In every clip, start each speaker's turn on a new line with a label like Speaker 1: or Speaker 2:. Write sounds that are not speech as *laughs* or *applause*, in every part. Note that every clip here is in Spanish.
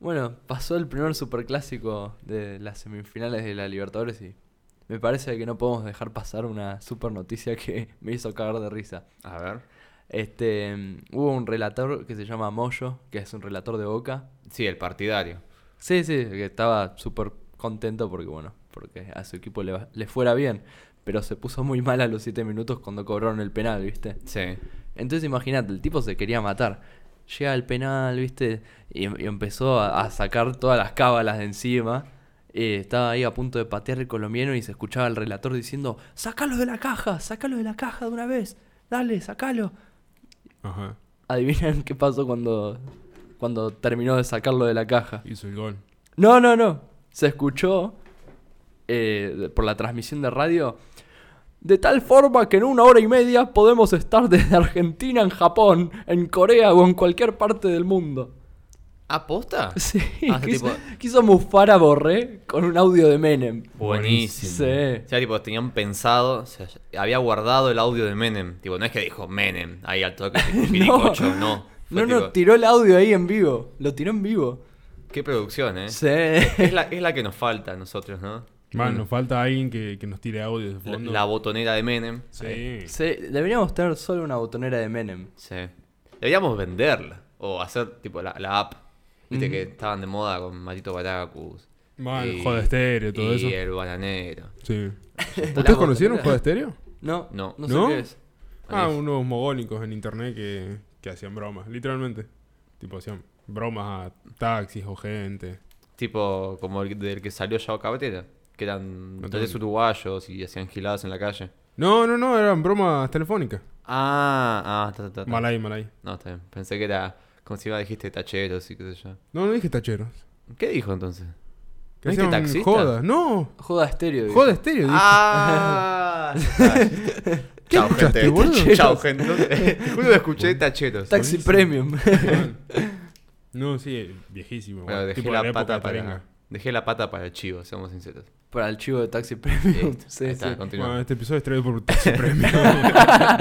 Speaker 1: Bueno, pasó el primer superclásico de las semifinales de la Libertadores y me parece que no podemos dejar pasar una super noticia que *laughs* me hizo cagar de risa.
Speaker 2: A ver.
Speaker 1: Este, mm, hubo un relator que se llama Moyo, que es un relator de Boca.
Speaker 2: Sí, el partidario.
Speaker 1: Sí, sí, que estaba súper contento porque, bueno, porque a su equipo le, va- le fuera bien. Pero se puso muy mal a los 7 minutos cuando cobraron el penal, ¿viste?
Speaker 2: Sí.
Speaker 1: Entonces imagínate, el tipo se quería matar. Llega al penal, ¿viste? Y, y empezó a, a sacar todas las cábalas de encima. Eh, estaba ahí a punto de patear el colombiano y se escuchaba el relator diciendo: ¡Sácalo de la caja! ¡Sácalo de la caja de una vez! ¡Dale, sácalo!
Speaker 3: Ajá.
Speaker 1: Adivinen qué pasó cuando, cuando terminó de sacarlo de la caja.
Speaker 3: Hizo el gol.
Speaker 1: No, no, no. Se escuchó eh, de- por la transmisión de radio. De tal forma que en una hora y media podemos estar desde Argentina, en Japón, en Corea o en cualquier parte del mundo. *laughs*
Speaker 2: ¿Aposta?
Speaker 1: Sí,
Speaker 2: Ah,
Speaker 1: quiso,
Speaker 2: tipo-
Speaker 1: quiso mufar a Borré con un audio de Menem.
Speaker 2: Buenísimo.
Speaker 1: Sí.
Speaker 2: O sea, tipo, tenían pensado, o sea, había guardado el audio de Menem. Tipo, no es que dijo Menem ahí al
Speaker 1: *laughs*
Speaker 2: toque, tipo, piricocho, no. Fue
Speaker 1: No, no,
Speaker 2: tipo,
Speaker 1: tiró el audio ahí en vivo. Lo tiró en vivo.
Speaker 2: Qué producción, ¿eh?
Speaker 1: Sí.
Speaker 2: Es, la, es la que nos falta a nosotros, ¿no? Mm.
Speaker 3: Man, nos falta alguien que, que nos tire audio de
Speaker 2: La,
Speaker 3: fondo.
Speaker 2: la botonera de Menem.
Speaker 3: Sí.
Speaker 1: *laughs* Sí, Deberíamos tener solo una botonera de Menem.
Speaker 2: Sí. Deberíamos venderla o hacer, tipo, la, la app. Viste que estaban de moda con Matito Baracus.
Speaker 3: Man, Joda Estéreo, todo
Speaker 2: y
Speaker 3: eso.
Speaker 2: el bananero. *laughs*
Speaker 3: Sí.
Speaker 1: La
Speaker 3: ¿Ustedes conocieron
Speaker 1: botonera.
Speaker 3: Joda Estéreo?
Speaker 1: No, no,
Speaker 2: No.
Speaker 1: sé
Speaker 3: ¿No?
Speaker 1: qué es.
Speaker 3: Ah,
Speaker 2: Buenísimo.
Speaker 3: unos mogólicos en internet que, que hacían bromas, literalmente. Tipo, hacían bromas a taxis o gente.
Speaker 2: Tipo, como el del que salió Yao Cabrera. Que eran
Speaker 3: No
Speaker 2: tres
Speaker 3: tengo-
Speaker 2: uruguayos y hacían giladas en la calle.
Speaker 3: No, no, no, eran bromas telefónicas.
Speaker 2: Ah, ah, ta, ta, ta, ta.
Speaker 3: Mal ahí, mal ahí.
Speaker 2: No, está bien. Pensé que era como si iba dijiste tacheros y qué sé yo.
Speaker 3: No, no dije tacheros.
Speaker 2: ¿Qué dijo entonces? ¿No
Speaker 3: Que
Speaker 2: dijiste
Speaker 3: hacían
Speaker 2: taxista?
Speaker 3: jodas. No,
Speaker 1: Joda estéreo.
Speaker 3: joda estéreo. dije.
Speaker 2: Ah, *laughs* Chao,
Speaker 3: escuchaste,
Speaker 2: gente.
Speaker 3: boludo?
Speaker 2: Chao, gente. No *laughs* sé. Te juro que escuché tacheros.
Speaker 1: Taxi Premium.
Speaker 3: Man. No, sí, viejísimo.
Speaker 2: Bueno,
Speaker 3: man.
Speaker 2: dejé
Speaker 3: Tipo de
Speaker 2: la,
Speaker 3: época
Speaker 2: pata
Speaker 3: de Taringa.
Speaker 2: para. Dejé la pata para el chivo, seamos sinceros.
Speaker 1: Para el chivo de Taxi Premium.
Speaker 2: Listo.
Speaker 1: *laughs*
Speaker 2: Ahí
Speaker 1: Sí,
Speaker 2: está,
Speaker 1: sí.
Speaker 2: continúa.
Speaker 3: Bueno, este episodio es traído por
Speaker 1: *laughs*
Speaker 3: Taxi Premium.
Speaker 1: Para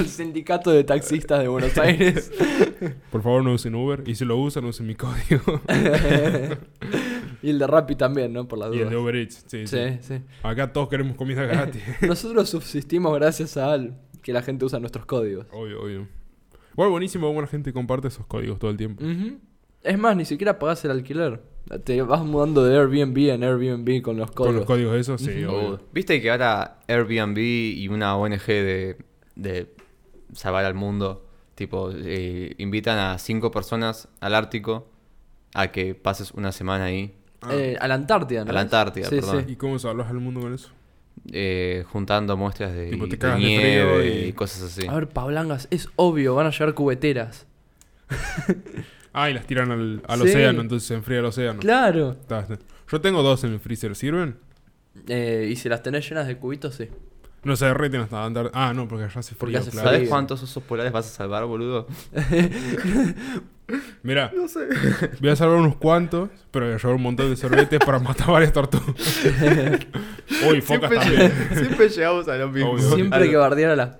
Speaker 1: el sindicato de taxistas de Buenos Aires.
Speaker 3: *laughs* Por favor, no usen Uber. Y si lo usan, usen mi código.
Speaker 1: *laughs* y el de Rappi también, ¿no? Por las
Speaker 3: y el de
Speaker 1: dudas.
Speaker 3: Uber Eats. Sí, sí.
Speaker 1: Sí, sí.
Speaker 3: Acá todos queremos comida gratis.
Speaker 1: *laughs* Nosotros subsistimos gracias a que la gente usa nuestros códigos.
Speaker 3: obvio, obvio. Igual buenísimo cómo la gente comparte esos códigos todo el tiempo.
Speaker 1: Ujú. Es más, ni siquiera pagás el alquiler. Te vas mudando de Airbnb en Airbnb con los
Speaker 3: Con
Speaker 1: códigos.
Speaker 3: los códigos esos, sí,
Speaker 1: Ujú.
Speaker 3: obvio.
Speaker 2: Viste que ahora Airbnb y una ONG de, de salvar al mundo, tipo, eh, invitan a cinco personas al Ártico a que pases una semana ahí,
Speaker 1: Eh, a la Antártida, ¿no?
Speaker 2: A la Antártida,
Speaker 1: Sí,
Speaker 2: perdón.
Speaker 1: sí.
Speaker 3: Ah, ¿Y cómo salvas al mundo con eso?
Speaker 2: eh, juntando muestras de,
Speaker 3: Tipo, te
Speaker 2: de
Speaker 3: cagas de
Speaker 2: nieve
Speaker 3: frío y-
Speaker 2: y... cosas así.
Speaker 1: A ver, Pablangas, es obvio, van a llevar cubeteras.
Speaker 3: Ah, y las tiran al, al
Speaker 1: Sí.
Speaker 3: océano, entonces se enfría el océano.
Speaker 1: Claro.
Speaker 3: Está, está. Yo tengo dos en el freezer, ¿sirven?
Speaker 1: Eh, y si las tenés llenas de cubitos, sí.
Speaker 3: No se derreten hasta andar. Ah, no, porque allá hace
Speaker 1: Porque
Speaker 3: frío,
Speaker 1: hace
Speaker 3: claro.
Speaker 2: ¿Sabes
Speaker 1: frío.
Speaker 2: cuántos osos polares vas a salvar, boludo?
Speaker 3: Mirá, *laughs* voy a salvar unos cuantos, pero voy a llevar un montón de sorbetes para matar varias tortugas. *laughs* Uy, focas *laughs* también.
Speaker 2: lleg- siempre llegamos a lo
Speaker 3: *laughs* Obvio.
Speaker 1: Siempre
Speaker 2: Al-
Speaker 1: que bardear a las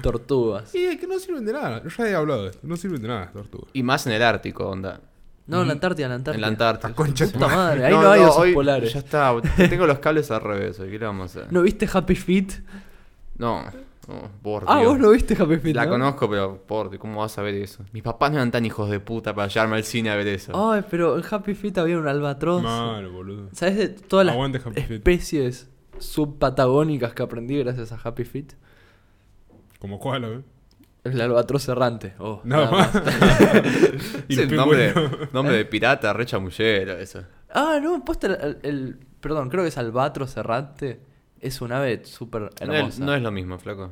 Speaker 1: tortugas.
Speaker 3: Y es que no sirven de nada. Yo ya he hablado de esto. No sirven de nada las tortugas.
Speaker 2: Y más en el Ártico, onda.
Speaker 1: No, en la Antártida, en la Antártida.
Speaker 2: En la Antártida.
Speaker 3: concha de tu
Speaker 1: Puta madre, ahí no, hay osos
Speaker 2: hoy
Speaker 1: polares.
Speaker 2: Ya está, tengo los cables al revés hoy, ¿qué le vamos a hacer?
Speaker 1: ¿No viste Happy Feet?
Speaker 2: No, no, por
Speaker 1: Ah,
Speaker 2: Dios.
Speaker 1: vos no viste Happy Feet.
Speaker 2: La
Speaker 1: ¿no?
Speaker 2: conozco, pero por Dios, ¿cómo vas a ver eso? Mis papás no eran tan hijos de puta para llevarme al cine a ver eso.
Speaker 1: Ay, pero en Happy Feet había un albatros.
Speaker 3: Malo, boludo.
Speaker 1: ¿Sabes de todas las
Speaker 3: Aguante Happy Feet.
Speaker 1: especies subpatagónicas que aprendí gracias a Happy Feet?
Speaker 3: Como cuál, ¿eh?
Speaker 1: El albatros errante. Oh,
Speaker 3: Nada más. *laughs* y
Speaker 2: Ese es
Speaker 3: los
Speaker 2: nombre,
Speaker 3: pingüinos.
Speaker 2: nombre de pirata, re chamullero, eso.
Speaker 1: Ah, no, posta el, el- Perdón, creo que es albatros errante. Es un ave súper
Speaker 2: No es,
Speaker 1: hermosa.
Speaker 2: no es lo mismo, flaco.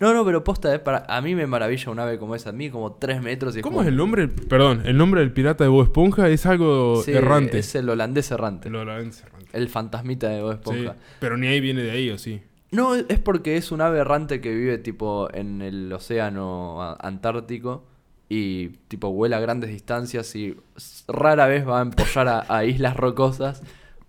Speaker 1: No, no, pero posta, eh, para, a mí me maravilla un ave como esa. A mí como 3 metros y
Speaker 3: ¿Cómo
Speaker 1: como-
Speaker 3: es el nombre? Perdón, el nombre del pirata de Bob Esponja es algo
Speaker 1: Sí,
Speaker 3: errante.
Speaker 1: Es el holandés errante.
Speaker 3: Lo lo- es errante.
Speaker 1: El fantasmita de Bob Esponja.
Speaker 3: Sí, pero ni ahí viene de ahí, ¿o sí?
Speaker 1: No, es porque es un ave errante que vive tipo en el océano a- antártico y tipo vuela a grandes distancias y s- rara vez va a empollar a, a islas rocosas.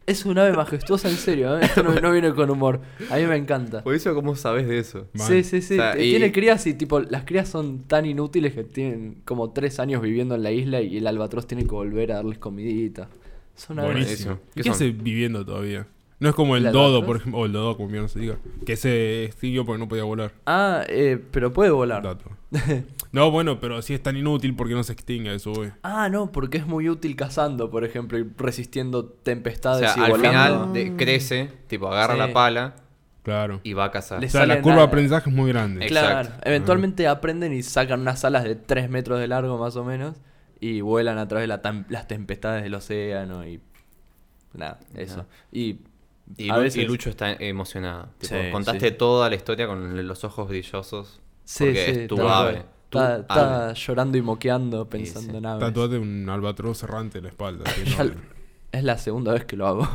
Speaker 1: Es un ave majestuosa, en serio. ¿eh? Esto no, no viene con humor. A mí me encanta.
Speaker 2: Por eso, ¿cómo sabes
Speaker 1: *laughs*
Speaker 2: de eso?
Speaker 3: Man.
Speaker 1: Sí, sí, sí.
Speaker 2: O sea,
Speaker 1: Eh,
Speaker 2: y-
Speaker 1: Tiene crías y tipo, las crías son tan inútiles que tienen como tres años viviendo en la isla y el albatros tiene que volver a darles comidita. Son aves-
Speaker 3: Buenísimo.
Speaker 2: Eso.
Speaker 3: ¿Y
Speaker 2: ¿Qué
Speaker 3: ¿Qué,
Speaker 2: son?
Speaker 3: hace viviendo todavía? No es como el
Speaker 1: ¿La
Speaker 3: dodo,
Speaker 1: albatros?
Speaker 3: por ejemplo, o el dodo, como bien se diga, que se extinguió porque no podía volar.
Speaker 1: Ah, eh, pero puede volar. *laughs*
Speaker 3: Dato. No, bueno, pero si es tan inútil porque no se extinga eso, güey.
Speaker 1: Ah, no, porque es muy útil cazando, por ejemplo, y resistiendo
Speaker 2: O
Speaker 1: tempestades
Speaker 2: sea,
Speaker 1: y
Speaker 2: al
Speaker 1: volando.
Speaker 2: final de- crece, tipo, agarra
Speaker 1: Sí.
Speaker 2: la pala
Speaker 3: Claro.
Speaker 2: y va a cazar.
Speaker 1: Le
Speaker 3: o sea, la
Speaker 1: sale
Speaker 3: curva de
Speaker 1: nada.
Speaker 3: aprendizaje es muy grande.
Speaker 2: Ex-
Speaker 1: Claro,
Speaker 2: Exacto.
Speaker 1: eventualmente aprenden y sacan unas alas de 3 metros de largo más o menos y vuelan a través de la tam- las tempestades del océano y nada, eso.
Speaker 2: Ajá.
Speaker 1: Y,
Speaker 2: Y,
Speaker 1: a
Speaker 2: Lu- y
Speaker 1: veces-
Speaker 2: Lucho está emocionado. Tipo,
Speaker 1: Sí,
Speaker 2: contaste
Speaker 1: sí.
Speaker 2: toda la historia con los ojos brillosos.
Speaker 1: Sí,
Speaker 2: porque
Speaker 1: sí,
Speaker 2: es tu
Speaker 1: tal cual.
Speaker 2: ave. Tu
Speaker 1: Está, está
Speaker 2: ave.
Speaker 1: llorando y moqueando
Speaker 2: sí.
Speaker 1: pensando en aves.
Speaker 3: Tatuate un albatros errante en la espalda. así,
Speaker 1: Ya
Speaker 3: ¿no?
Speaker 1: l- Es la segunda vez que lo
Speaker 2: *laughs*
Speaker 1: hago.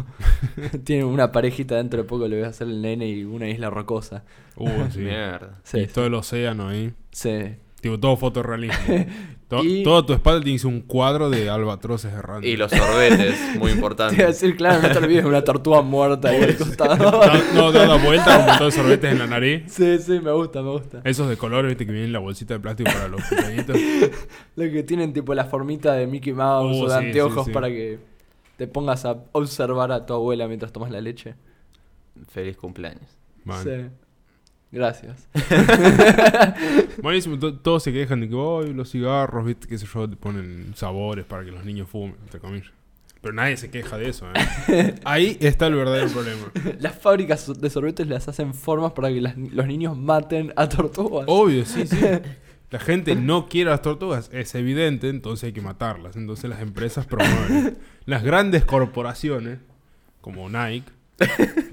Speaker 1: Tiene una parejita dentro de poco, le voy a hacer el nene y una isla rocosa.
Speaker 3: Uh,
Speaker 1: *laughs*
Speaker 3: sí.
Speaker 2: Mierda.
Speaker 1: Sí,
Speaker 3: y todo el océano ahí.
Speaker 1: sí.
Speaker 3: Tipo,
Speaker 1: *laughs*
Speaker 3: todo fotorrealismo. To-
Speaker 1: Y-
Speaker 3: Toda tu espalda tienes un cuadro de albatroces errantes.
Speaker 2: Y los
Speaker 1: *laughs*
Speaker 2: sorbetes, muy
Speaker 1: Te iba a
Speaker 2: importante.
Speaker 1: decir, claro, no te olvides de una tortuga muerta ahí al costado.
Speaker 3: Da- *laughs* No, da la vuelta un montón de sorbetes en la nariz.
Speaker 1: sí, sí, me gusta, me gusta.
Speaker 3: Esos de color, viste, que vienen en la bolsita de plástico para los pequeñitos.
Speaker 1: Lo que tienen tipo la formita de Mickey Mouse
Speaker 3: Oh,
Speaker 1: o de
Speaker 3: sí, sí,
Speaker 1: anteojos
Speaker 3: sí.
Speaker 1: para que te pongas a observar a tu abuela mientras tomas la leche.
Speaker 2: Feliz cumpleaños.
Speaker 3: Man.
Speaker 1: Sí.
Speaker 3: *laughs*
Speaker 1: Gracias.
Speaker 3: Buenísimo, to- todos se quejan de que "Ay, los cigarros, viste, qué sé yo, te ponen sabores para que los niños fumen, entre comillas. Pero nadie se queja de eso, ¿eh? Ahí está el verdadero problema.
Speaker 1: Las fábricas de sorbetes las hacen formas para que las- los niños maten a tortugas.
Speaker 3: Obvio, sí, sí. La gente no quiere a las tortugas, es evidente, entonces hay que matarlas. Entonces las empresas promueven. Las grandes corporaciones, como Nike,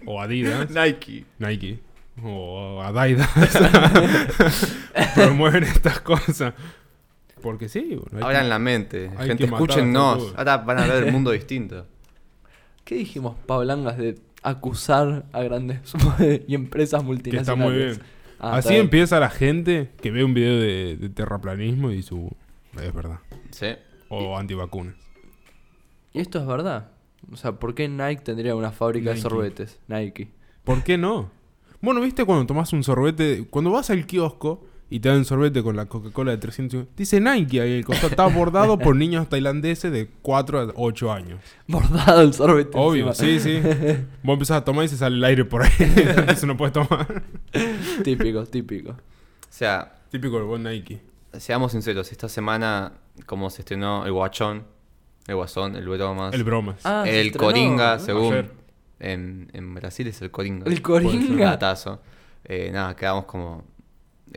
Speaker 3: o Adidas,
Speaker 2: Nike.
Speaker 3: Nike, o
Speaker 1: *laughs*
Speaker 3: Adidas, promueven estas cosas. Porque sí, bueno, hay que-
Speaker 2: Abran la mente.
Speaker 3: hay
Speaker 2: Gente,
Speaker 3: que matar a
Speaker 2: escúchennos.
Speaker 3: todos.
Speaker 2: Ahora van a ver el
Speaker 3: *laughs*
Speaker 2: mundo distinto.
Speaker 1: ¿Qué dijimos, Pablangas, de acusar a grandes y empresas
Speaker 3: que está muy bien.
Speaker 1: multinacionales? Ah,
Speaker 3: Así
Speaker 1: está bien.
Speaker 3: empieza la gente que ve un video de, de terraplanismo y su... Es verdad.
Speaker 2: Sí.
Speaker 3: O antivacunas.
Speaker 1: Y esto es verdad. O sea, ¿por qué Nike tendría una fábrica de
Speaker 3: Nike.
Speaker 1: sorbetes? Nike. *laughs*
Speaker 3: ¿Por qué no? Bueno, ¿viste cuando tomas un sorbete? Cuando vas al kiosco y te dan un sorbete con la Coca-Cola de 350... Dice Nike ahí, el costado está
Speaker 1: *laughs*
Speaker 3: bordado por niños tailandeses de 4 a 8 años.
Speaker 1: Bordado el sorbete.
Speaker 3: Obvio,
Speaker 1: encima.
Speaker 3: sí, sí.
Speaker 1: *laughs*
Speaker 3: Vos empezás a tomar y se sale el aire por ahí. *laughs* Eso no puedes tomar. *laughs*
Speaker 1: *laughs* Típico, típico.
Speaker 2: O sea,
Speaker 3: Típico del buen Nike.
Speaker 2: seamos sinceros. Esta semana, como se estrenó el Guachón, el Guasón, el Bromas,
Speaker 3: El bromas.
Speaker 1: Ah, se
Speaker 2: el
Speaker 1: estrenó,
Speaker 2: Coringa,
Speaker 1: ¿no?
Speaker 2: según.
Speaker 3: Ayer.
Speaker 2: En, en Brasil es el Coringa.
Speaker 1: El
Speaker 2: Es un
Speaker 1: Coringa.
Speaker 2: ratazo. Eh, nada, quedamos como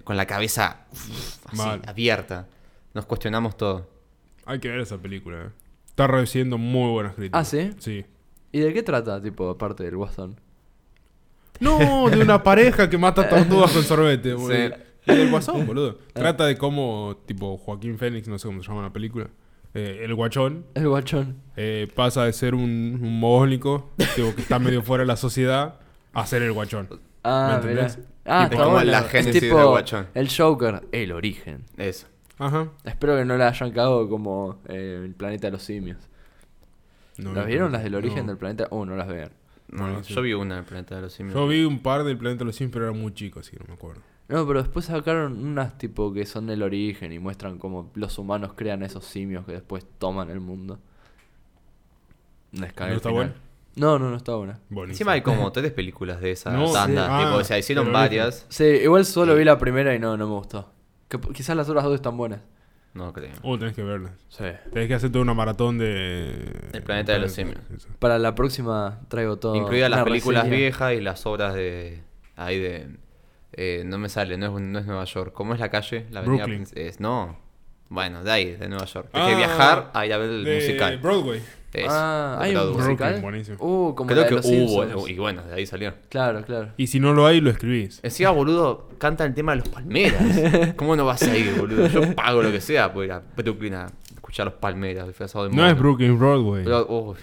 Speaker 2: con la cabeza uf, así,
Speaker 3: Mal.
Speaker 2: abierta. Nos cuestionamos todo.
Speaker 3: Hay que ver esa película. eh. Está recibiendo muy buenas críticas.
Speaker 1: Ah, ¿sí?
Speaker 3: Sí.
Speaker 1: *laughs* ¿Y de qué trata, tipo, aparte del Guasón?
Speaker 3: No, de una pareja que mata *laughs* tortugas con sorbete, boludo.
Speaker 2: Sí.
Speaker 3: Y
Speaker 1: *laughs*
Speaker 3: El guasón, boludo.
Speaker 1: Ah.
Speaker 3: Trata de cómo, tipo, Joaquín Fénix, no sé cómo se llama la película. eh, el guachón
Speaker 1: El Guachón.
Speaker 3: eh, pasa de ser un, un mogólico, tipo, que está medio fuera de la sociedad, a ser el guachón.
Speaker 1: Ah,
Speaker 3: ¿Me
Speaker 1: mirá.
Speaker 3: entendés?
Speaker 1: Ah,
Speaker 2: Tipo,
Speaker 1: está
Speaker 2: como
Speaker 1: bueno.
Speaker 2: la
Speaker 1: es
Speaker 2: génesis
Speaker 1: tipo
Speaker 2: del Guachón.
Speaker 1: el Joker, el origen.
Speaker 2: Eso.
Speaker 3: Ajá.
Speaker 1: Espero que no la hayan cagado como eh, el planeta de los simios.
Speaker 3: No,
Speaker 1: ¿Las
Speaker 3: no,
Speaker 1: vieron
Speaker 3: no.
Speaker 1: las del origen
Speaker 3: No.
Speaker 1: del planeta? Oh, no las vean.
Speaker 2: No,
Speaker 3: Buenísimo.
Speaker 2: Yo vi una del planeta de los simios.
Speaker 3: Yo vi un par del Planeta de los Sims, pero era muy chico, así que no me acuerdo.
Speaker 1: No, pero después sacaron unas tipo que son del origen y muestran cómo los humanos crean esos simios que después toman el mundo. Les cagué
Speaker 3: ¿No
Speaker 1: el
Speaker 3: está
Speaker 1: final.
Speaker 3: buena?
Speaker 1: No, no, no está buena.
Speaker 3: Buenísimo.
Speaker 2: Encima hay como tres películas de esa
Speaker 3: No, sí.
Speaker 2: tanda.
Speaker 3: Ah,
Speaker 2: tipo, o sea, hicieron
Speaker 3: pero
Speaker 2: varias.
Speaker 1: Sí, igual solo vi la primera y no, no me gustó. Que po- quizás las otras dos están buenas.
Speaker 2: No creo.
Speaker 3: Oh, tenés que verlas.
Speaker 1: Sí.
Speaker 3: Tenés que hacer toda una maratón de...
Speaker 2: El planeta de los simios.
Speaker 3: Eso.
Speaker 1: Para la próxima traigo todo.
Speaker 2: Incluidas las
Speaker 1: una
Speaker 2: películas
Speaker 1: reseña.
Speaker 2: viejas y las obras de. Ahí de. eh, no me sale, no es, no es Nueva York. ¿Cómo es la calle? La avenida
Speaker 3: Brooklyn.
Speaker 2: Prince- es- no. Bueno, de ahí, de Nueva York. Hay
Speaker 3: Ah,
Speaker 2: que viajar a ir a ver el
Speaker 3: de
Speaker 2: musical.
Speaker 3: Broadway.
Speaker 2: Es-
Speaker 1: Ah,
Speaker 2: de
Speaker 1: hay un
Speaker 2: Broadway.
Speaker 3: Brooklyn,
Speaker 1: musical.
Speaker 3: buenísimo.
Speaker 1: Uh, como
Speaker 2: Creo
Speaker 1: la de
Speaker 2: que
Speaker 1: los Simpsons.
Speaker 2: hubo. eh, Y bueno, de ahí salió.
Speaker 1: Claro, claro.
Speaker 3: Y si no lo hay, lo escribís.
Speaker 2: Encima, boludo, canta el tema de los palmeras. *laughs* ¿Cómo no vas a ir, boludo? Yo pago lo que sea por ir a Brooklyn a escuchar los palmeras. disfrazado de
Speaker 3: No es
Speaker 2: mono.
Speaker 3: Brooklyn Broadway.
Speaker 2: Pero, uy,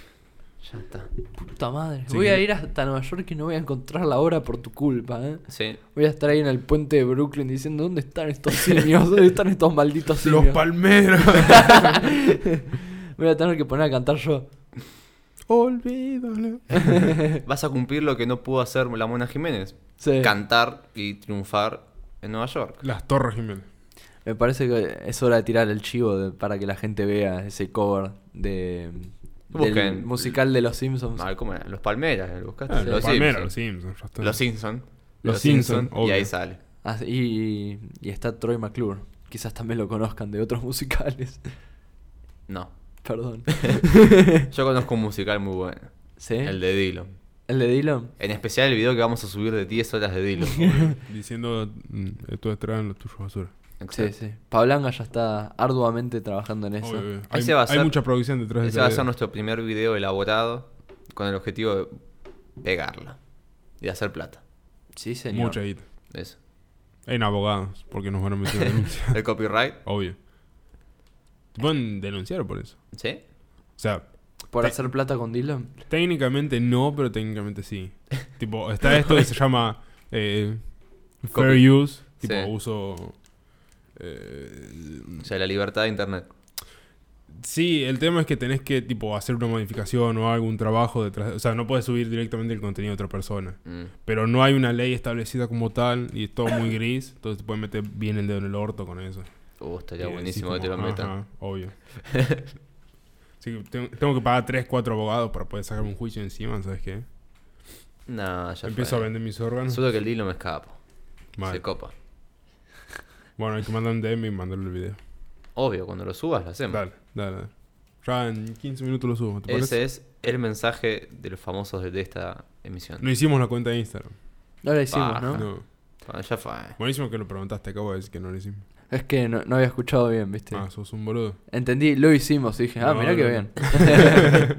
Speaker 2: ya está.
Speaker 1: Puta madre.
Speaker 3: Sí
Speaker 1: voy
Speaker 3: que-
Speaker 1: a ir hasta Nueva York y no voy a encontrar la hora por tu culpa, eh.
Speaker 2: Sí.
Speaker 1: Voy a estar ahí en el puente de Brooklyn diciendo ¿Dónde están estos simios? ¿Dónde están estos malditos
Speaker 3: Los
Speaker 2: *laughs*
Speaker 1: simios?
Speaker 3: palmeros.
Speaker 1: *laughs* Me voy a tener que poner a cantar yo.
Speaker 3: Olvídalo.
Speaker 2: Vas a cumplir lo que no pudo hacer la Mona Jiménez.
Speaker 1: Sí.
Speaker 2: Cantar y triunfar en Nueva York.
Speaker 3: Las Torres Jiménez.
Speaker 1: Me parece que es hora de tirar el chivo de- para que la gente vea ese cover de del
Speaker 2: Busquen.
Speaker 1: musical de Los Simpsons.
Speaker 2: Ah, ¿cómo era? Los Palmeras, ¿lo buscaste?
Speaker 3: Ah,
Speaker 2: los
Speaker 3: los Palmeros,
Speaker 2: Simpson.
Speaker 3: los Simpsons. ya está.
Speaker 2: Los Simpson.
Speaker 3: Los Simpson,
Speaker 2: Y
Speaker 3: obvio.
Speaker 2: ahí sale.
Speaker 1: Ah, y, y está Troy McClure. Quizás también lo conozcan de otros *laughs* musicales. *laughs*
Speaker 2: No.
Speaker 1: Perdón.
Speaker 2: *laughs* Yo conozco un musical muy bueno.
Speaker 1: ¿Sí?
Speaker 2: El
Speaker 1: ¿El de,
Speaker 2: de Dylan.
Speaker 1: Dylan?
Speaker 2: En especial el video que vamos a subir de 10 horas
Speaker 1: *laughs*
Speaker 2: de Dylan.
Speaker 3: Diciendo, mm, esto es traer los tuyos basura.
Speaker 1: Sí, sí. Pablanga ya está arduamente trabajando en eso.
Speaker 3: Obvio. Hay,
Speaker 2: Ese va a
Speaker 3: hay
Speaker 2: ser-
Speaker 3: mucha producción detrás de
Speaker 2: Ese va a
Speaker 3: video.
Speaker 2: ser nuestro primer video elaborado con el objetivo de pegarla y de hacer plata.
Speaker 1: Sí, señor.
Speaker 3: Mucha guita.
Speaker 2: Eso.
Speaker 3: En abogados, porque nos van a
Speaker 2: *laughs*
Speaker 3: meter en denuncia.
Speaker 2: El copyright,
Speaker 3: Obvio. Te pueden denunciar por eso.
Speaker 2: ¿sí?
Speaker 3: O sea,
Speaker 1: ¿Por
Speaker 3: Te-
Speaker 1: hacer plata con Dylan?
Speaker 3: técnicamente no, pero
Speaker 2: *laughs*
Speaker 3: técnicamente sí. tipo, está esto que se llama eh,
Speaker 2: Copy.
Speaker 3: fair use, tipo
Speaker 2: Sí.
Speaker 3: uso. eh,
Speaker 2: O sea, la libertad de internet.
Speaker 3: sí, el tema es que tenés que tipo hacer una modificación o algún trabajo detrás. O sea, no puedes subir directamente el contenido de otra persona.
Speaker 2: Mm.
Speaker 3: Pero no hay una ley establecida como tal y es todo muy gris. Entonces te pueden meter bien el dedo en el orto con eso.
Speaker 2: Uh, estaría
Speaker 3: Y decís
Speaker 2: buenísimo
Speaker 3: como,
Speaker 2: que te lo metan.
Speaker 3: "Ajá,
Speaker 2: *laughs*
Speaker 3: obvio. Así que tengo, tengo que pagar 3, 4 abogados para poder sacarme un juicio encima, ¿sabes qué?
Speaker 2: No, ya
Speaker 3: Empiezo
Speaker 2: fue.
Speaker 3: a vender mis órganos.
Speaker 2: Solo que el Dilo me escapa.
Speaker 3: Mm. Mal.
Speaker 2: Se copa.
Speaker 3: Bueno, hay que mandar un DM y mandarle el video.
Speaker 2: Obvio, cuando lo subas lo hacemos.
Speaker 3: Dale, dale, dale. Ya en 15 minutos lo subo, ¿te parece?
Speaker 2: Ese es el mensaje de los famosos de de esta emisión.
Speaker 3: No hicimos la cuenta de Instagram.
Speaker 1: No lo hicimos,
Speaker 2: Paja.
Speaker 1: ¿no?
Speaker 3: No.
Speaker 2: Ah, ya fue.
Speaker 3: Buenísimo que lo preguntaste, acabo de decir que no lo hicimos.
Speaker 1: Es que no, no había escuchado bien, ¿viste?
Speaker 3: Ah, sos un boludo.
Speaker 1: Entendí, lo hicimos. y Dije, ah,
Speaker 3: No,
Speaker 1: mirá
Speaker 3: no,
Speaker 1: que
Speaker 3: no.
Speaker 1: bien.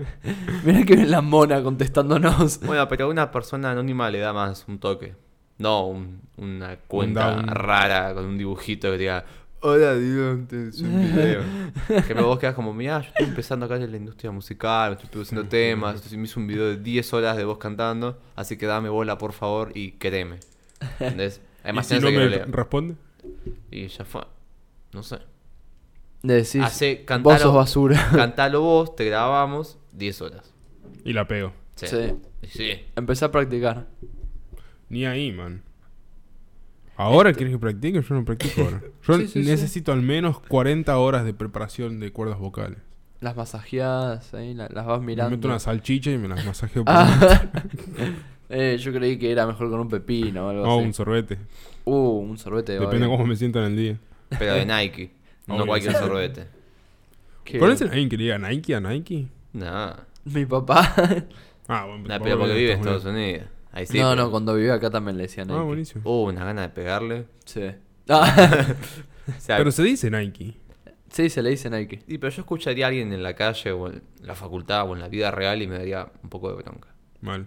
Speaker 3: *laughs*
Speaker 1: *laughs* mirá que bien la mona contestándonos. *laughs*
Speaker 2: Bueno, pero a una persona anónima le da más un toque. No un- una cuenta
Speaker 3: down.
Speaker 2: rara con un dibujito que diga, hola Dios, te hice un
Speaker 3: *laughs*
Speaker 2: video. que luego vos quedás como, mirá, yo estoy empezando acá en la industria musical, estoy
Speaker 3: *laughs*
Speaker 2: produciendo temas, estoy- me hice un video de 10 horas de vos cantando, así que dame bola por favor y
Speaker 3: *laughs*
Speaker 2: créeme. ¿Entendés? Hay
Speaker 3: ¿Y
Speaker 2: más
Speaker 3: si
Speaker 2: chance
Speaker 3: no
Speaker 2: que
Speaker 3: me
Speaker 2: lo lea.
Speaker 3: responde?
Speaker 2: Y ya fue.
Speaker 1: *laughs*
Speaker 2: No sé.
Speaker 1: Le decís, vos
Speaker 2: Hace,
Speaker 1: sos
Speaker 2: cantalo,
Speaker 3: *laughs*
Speaker 1: basura.
Speaker 2: cantalo vos, te grabamos 10 horas.
Speaker 3: Y la pego.
Speaker 2: Sí.
Speaker 1: Sí.
Speaker 2: Sí.
Speaker 1: Empecé a practicar.
Speaker 3: Ni ahí, man. ¿Ahora
Speaker 2: Este
Speaker 3: quieres que practique? Yo no practico
Speaker 2: *laughs*
Speaker 3: ahora. Yo
Speaker 1: Sí, sí, sí.
Speaker 3: necesito al menos 40 horas de preparación de cuerdas vocales.
Speaker 1: Las masajeadas, ahí, la- las vas
Speaker 3: Me
Speaker 1: mirando.
Speaker 3: meto una salchicha y me las
Speaker 2: *laughs*
Speaker 3: masajeo. por
Speaker 1: Ah.
Speaker 3: dentro.
Speaker 1: *laughs*
Speaker 2: Ah.
Speaker 3: *laughs*
Speaker 1: Eh, yo creí que era mejor con un pepino o algo
Speaker 3: o
Speaker 1: así.
Speaker 3: un sorbete.
Speaker 1: Uh, un sorbete. va
Speaker 3: Depende de
Speaker 1: bien.
Speaker 3: cómo me siento en el día.
Speaker 2: Pero de Nike.
Speaker 3: Obvio.
Speaker 1: *laughs*
Speaker 2: No cualquier sorbete.
Speaker 1: Que
Speaker 3: ¿Conoces a alguien que le diga Nike a Nike?
Speaker 2: No.
Speaker 1: Mi
Speaker 3: *laughs*
Speaker 1: papá.
Speaker 3: Ah, bueno,
Speaker 2: No,
Speaker 3: vos
Speaker 2: pero porque
Speaker 3: vivís
Speaker 2: vive en Estados Unidos. Ahí sí.
Speaker 1: no,
Speaker 2: pero-
Speaker 1: no, cuando vivía acá también le decían.
Speaker 3: Ah,
Speaker 1: Nike.
Speaker 3: buenísimo.
Speaker 2: Uh, una gana de pegarle.
Speaker 1: Sí. *laughs* Ah,
Speaker 2: O sea,
Speaker 3: Pero se dice Nike.
Speaker 1: *laughs* sí, se le dice Nike. *laughs*
Speaker 2: y- pero yo escucharía a alguien en la calle o en la facultad o en la vida real y me daría un poco de bronca.
Speaker 3: Mal.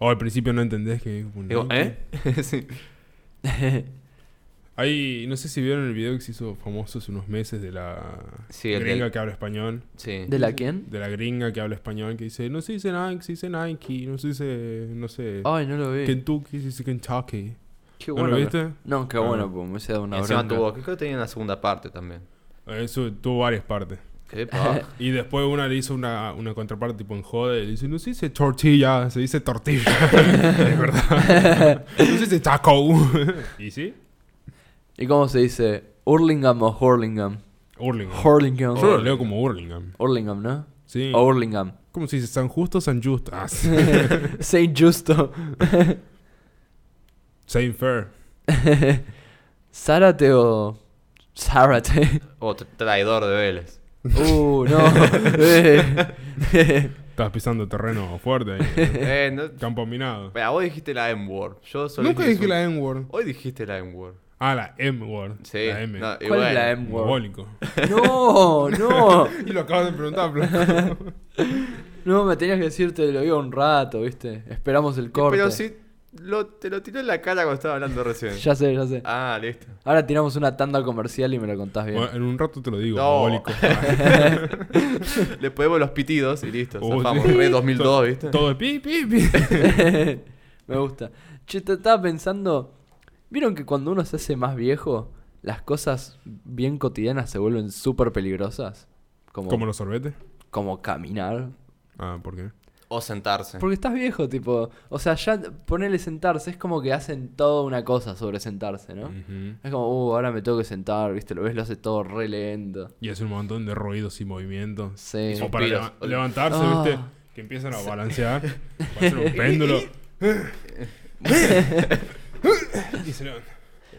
Speaker 3: O al principio no entendés que es un
Speaker 2: Digo,
Speaker 3: Nike.
Speaker 2: ¿eh? *laughs* sí.
Speaker 3: Ahí, no sé si vieron el video que se hizo famoso hace unos meses de la
Speaker 2: Sí, el
Speaker 3: gringa
Speaker 2: del-
Speaker 3: que habla español.
Speaker 2: Sí.
Speaker 1: ¿De la quién?
Speaker 3: de la gringa que habla español que dice, no se dice Nike, se dice Nike, no se dice, no sé,
Speaker 1: Ay, no lo vi. Qué,
Speaker 3: Kentucky, se dice Kentucky. ¿No
Speaker 1: bueno.
Speaker 3: lo
Speaker 1: que-
Speaker 3: viste?
Speaker 1: No, qué
Speaker 3: Ah.
Speaker 1: bueno, pues me hubiese dado una
Speaker 2: Encima
Speaker 1: bronca.
Speaker 2: tuvo, creo que tenía una segunda parte también.
Speaker 3: Eso tuvo varias partes.
Speaker 1: *laughs*
Speaker 2: Qué paja.
Speaker 3: Y después una le hizo una, una contraparte tipo en jode, y le dice, no se dice tortilla, se dice tortilla. es verdad. no se dice taco. ¿Y sí?
Speaker 1: ¿Y cómo se dice? ¿Hurlingham o Hurlingham?
Speaker 3: Hurlingham.
Speaker 1: Hurlingham.
Speaker 3: Yo lo leo como Hurlingham.
Speaker 1: Hurlingham, ¿no?
Speaker 3: Sí.
Speaker 1: O
Speaker 3: *laughs*
Speaker 1: Hurlingham.
Speaker 3: ¿Cómo se dice? San Justo, San Justo. Ah,
Speaker 1: *laughs*
Speaker 3: sí.
Speaker 1: Saint Justo. *laughs*
Speaker 3: Saint Fair.
Speaker 1: Zárate o.
Speaker 3: *laughs*
Speaker 1: Zárate.
Speaker 2: O tra- traidor de
Speaker 1: *laughs*
Speaker 2: Vélez.
Speaker 1: Uh, no. Eh.
Speaker 3: Estás pisando terreno
Speaker 2: *laughs*
Speaker 3: fuerte ahí.
Speaker 2: eh, no.
Speaker 3: Campo minado.
Speaker 2: Mira, vos dijiste la M-word. Yo solo
Speaker 3: Nunca dije la N-word.
Speaker 2: Hoy dijiste la M-word.
Speaker 3: Ah, la M-word.
Speaker 2: Sí.
Speaker 3: La M.
Speaker 2: no, y
Speaker 1: ¿Cuál es
Speaker 2: bueno.
Speaker 1: la M-word?
Speaker 3: Diabólico.
Speaker 1: No, no.
Speaker 3: *laughs* y lo acabas de
Speaker 1: *laughs*
Speaker 3: preguntar, Blanco.
Speaker 1: No, me tenías que decirte, lo digo un rato, ¿viste? Esperamos el corte.
Speaker 2: Pero sí, lo- te lo tiró en la cara cuando estaba hablando recién.
Speaker 1: Ya sé, ya sé.
Speaker 2: Ah, listo.
Speaker 1: Ahora tiramos una tanda comercial y me lo contás bien.
Speaker 3: Bueno, en un rato te lo digo,
Speaker 2: No.
Speaker 3: diabólico.
Speaker 2: *laughs* Le ponemos los pitidos y listo.
Speaker 3: Oh,
Speaker 2: Zafamos.
Speaker 3: sí.
Speaker 2: Re 2002, ¿viste?
Speaker 3: Todo es pi,
Speaker 1: *laughs*
Speaker 3: pi, pi.
Speaker 1: me gusta. Che, te estaba pensando. ¿Vieron que cuando uno se hace más viejo, las cosas bien cotidianas se vuelven súper peligrosas? Como,
Speaker 3: ¿Como los sorbetes?
Speaker 1: como caminar.
Speaker 3: Ah, ¿por qué?
Speaker 2: O sentarse.
Speaker 1: Porque estás viejo, tipo. O sea, ya ponerle sentarse es como que hacen toda una cosa sobre sentarse, ¿no?
Speaker 3: Ujú.
Speaker 1: Es como, uh, ahora me tengo que sentar, ¿viste? Lo ves, lo hace todo re lento.
Speaker 3: *laughs*
Speaker 1: *laughs*
Speaker 3: Y hace un montón de ruidos y movimientos.
Speaker 1: Sí.
Speaker 3: O para
Speaker 2: suspiros.
Speaker 3: leva- levantarse,
Speaker 1: Ah.
Speaker 3: ¿viste? Que empiezan a balancear.
Speaker 1: *laughs*
Speaker 3: Parece un péndulo. y se levanta.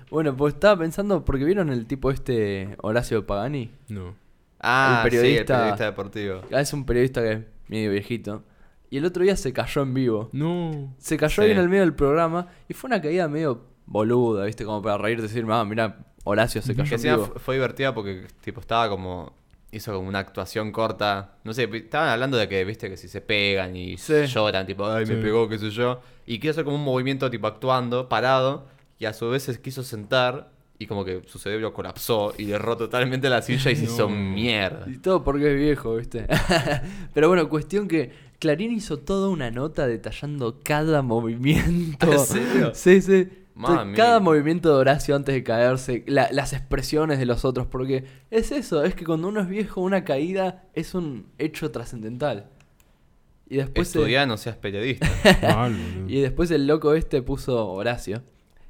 Speaker 1: Bueno, pues estaba pensando, porque vieron el tipo este Horacio Pagani.
Speaker 3: No.
Speaker 2: Ah,
Speaker 1: El
Speaker 2: sí, el
Speaker 1: periodista-
Speaker 2: periodista deportivo.
Speaker 1: Ah, Es un periodista que es medio viejito. Y el otro día se cayó en vivo. *laughs*
Speaker 3: No.
Speaker 1: Se cayó
Speaker 2: Sí.
Speaker 1: ahí en el medio del programa y fue una caída medio boluda, ¿viste? Como para reírte y decir, ah, mira, Horacio se
Speaker 2: Que
Speaker 1: cayó en
Speaker 2: encima
Speaker 1: vivo.
Speaker 2: fu- fue divertida porque tipo estaba como hizo como una actuación corta, no sé, pi- estaban hablando de que viste que si se pegan y
Speaker 1: Sí.
Speaker 2: lloran, tipo, ay, me
Speaker 3: Sí.
Speaker 2: pegó, qué sé yo, y quiso hacer como un movimiento tipo actuando, parado, y a su vez se quiso sentar y como que su cerebro colapsó y derró totalmente la silla y se
Speaker 3: No.
Speaker 2: hizo mierda.
Speaker 1: Y todo porque es viejo, ¿viste? *laughs* Pero bueno, cuestión que Clarín hizo toda una nota detallando cada movimiento.
Speaker 2: *laughs* ¿En serio?
Speaker 1: Sí, sí. Entonces,
Speaker 2: Mami.
Speaker 1: Cada movimiento de Horacio antes de caerse, la- las expresiones de los otros, porque es eso, es que cuando uno es viejo, una caída es un hecho trascendental. Y después se-
Speaker 2: Estudiá, no
Speaker 1: *laughs*
Speaker 2: seas periodista.
Speaker 3: Mal, boludo.
Speaker 1: Y después el loco este puso Horacio.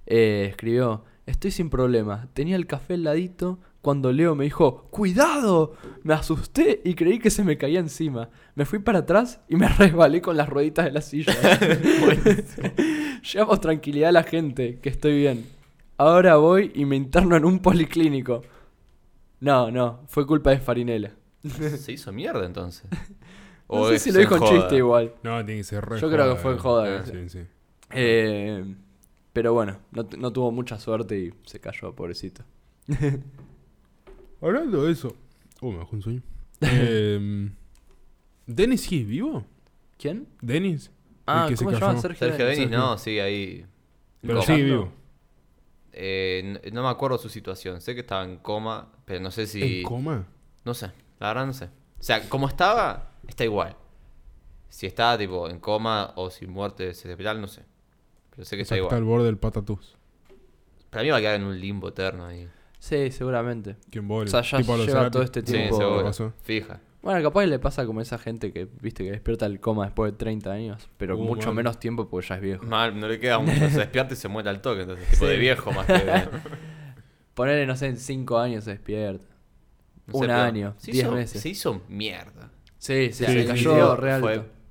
Speaker 1: eh, escribió: Estoy sin problema. Tenía el café al ladito cuando Leo me dijo: ¡Cuidado! Me asusté y creí que se me caía encima. Me fui para atrás y me *laughs* resbalé con las rueditas de la
Speaker 2: *laughs*
Speaker 1: silla. *laughs* Llevamos tranquilidad a la gente, que estoy bien. Ahora voy y me interno en un policlínico. No, no, fue culpa de Farinela.
Speaker 2: se hizo mierda entonces.
Speaker 1: No
Speaker 2: O
Speaker 1: sé
Speaker 2: es
Speaker 1: si lo dijo en
Speaker 2: joda.
Speaker 1: chiste igual.
Speaker 3: No, tiene que ser re
Speaker 1: Yo creo que fue en joda.
Speaker 2: Ah,
Speaker 3: Sí, sí.
Speaker 1: Eh, pero bueno, no, tu- no tuvo mucha suerte y se cayó, pobrecito.
Speaker 3: Hablando de eso. Oh, me bajó un sueño. Eh, ¿Dennis sí es vivo?
Speaker 1: ¿Quién?
Speaker 3: ¿Dennis?
Speaker 1: Ah,
Speaker 3: que se
Speaker 1: ¿cómo se llama?
Speaker 3: cayó.
Speaker 1: Sergio,
Speaker 2: Sergio
Speaker 1: Denis.
Speaker 2: Denis, no, sí, ahí.
Speaker 3: Pero
Speaker 2: Coma.
Speaker 3: sí, vivo.
Speaker 2: Eh, n- no me acuerdo su situación. Sé que estaba en coma, pero no sé si.
Speaker 3: ¿En coma?
Speaker 2: No sé, la verdad no sé. O sea, como estaba, está igual. Si está tipo en coma o sin muerte cerebral, no sé. Pero sé que
Speaker 3: O
Speaker 2: está
Speaker 3: sea, que está al
Speaker 2: igual.
Speaker 3: borde del patatús.
Speaker 2: Para mí va a quedar en un limbo eterno ahí.
Speaker 1: Sí, seguramente.
Speaker 3: Que embole.
Speaker 1: O sea, ya
Speaker 3: Tipo a los
Speaker 1: lleva
Speaker 3: Serati.
Speaker 1: todo este
Speaker 2: Sí,
Speaker 1: tiempo.
Speaker 2: seguro.
Speaker 3: pasó.
Speaker 2: Fija.
Speaker 1: Bueno, capaz le pasa como esa gente que, viste, que despierta el coma después de 30 años, pero
Speaker 3: Uh,
Speaker 1: mucho
Speaker 3: bueno.
Speaker 1: menos tiempo porque ya es viejo.
Speaker 2: Mal, no le queda
Speaker 3: *laughs*
Speaker 2: mucho. Se despierta y se muere al toque. Entonces, tipo de viejo más que de.
Speaker 1: Ponerle, no sé, en 5 años se despierta.
Speaker 2: no sé,
Speaker 1: Un
Speaker 2: pero
Speaker 1: año,
Speaker 2: se
Speaker 1: 10
Speaker 2: hizo-
Speaker 1: meses.
Speaker 2: Se hizo mierda.
Speaker 1: Sí, sí,
Speaker 2: O sea,
Speaker 1: se
Speaker 3: sí,
Speaker 1: cayó
Speaker 2: sí.
Speaker 1: real.
Speaker 2: Fue-
Speaker 1: *laughs*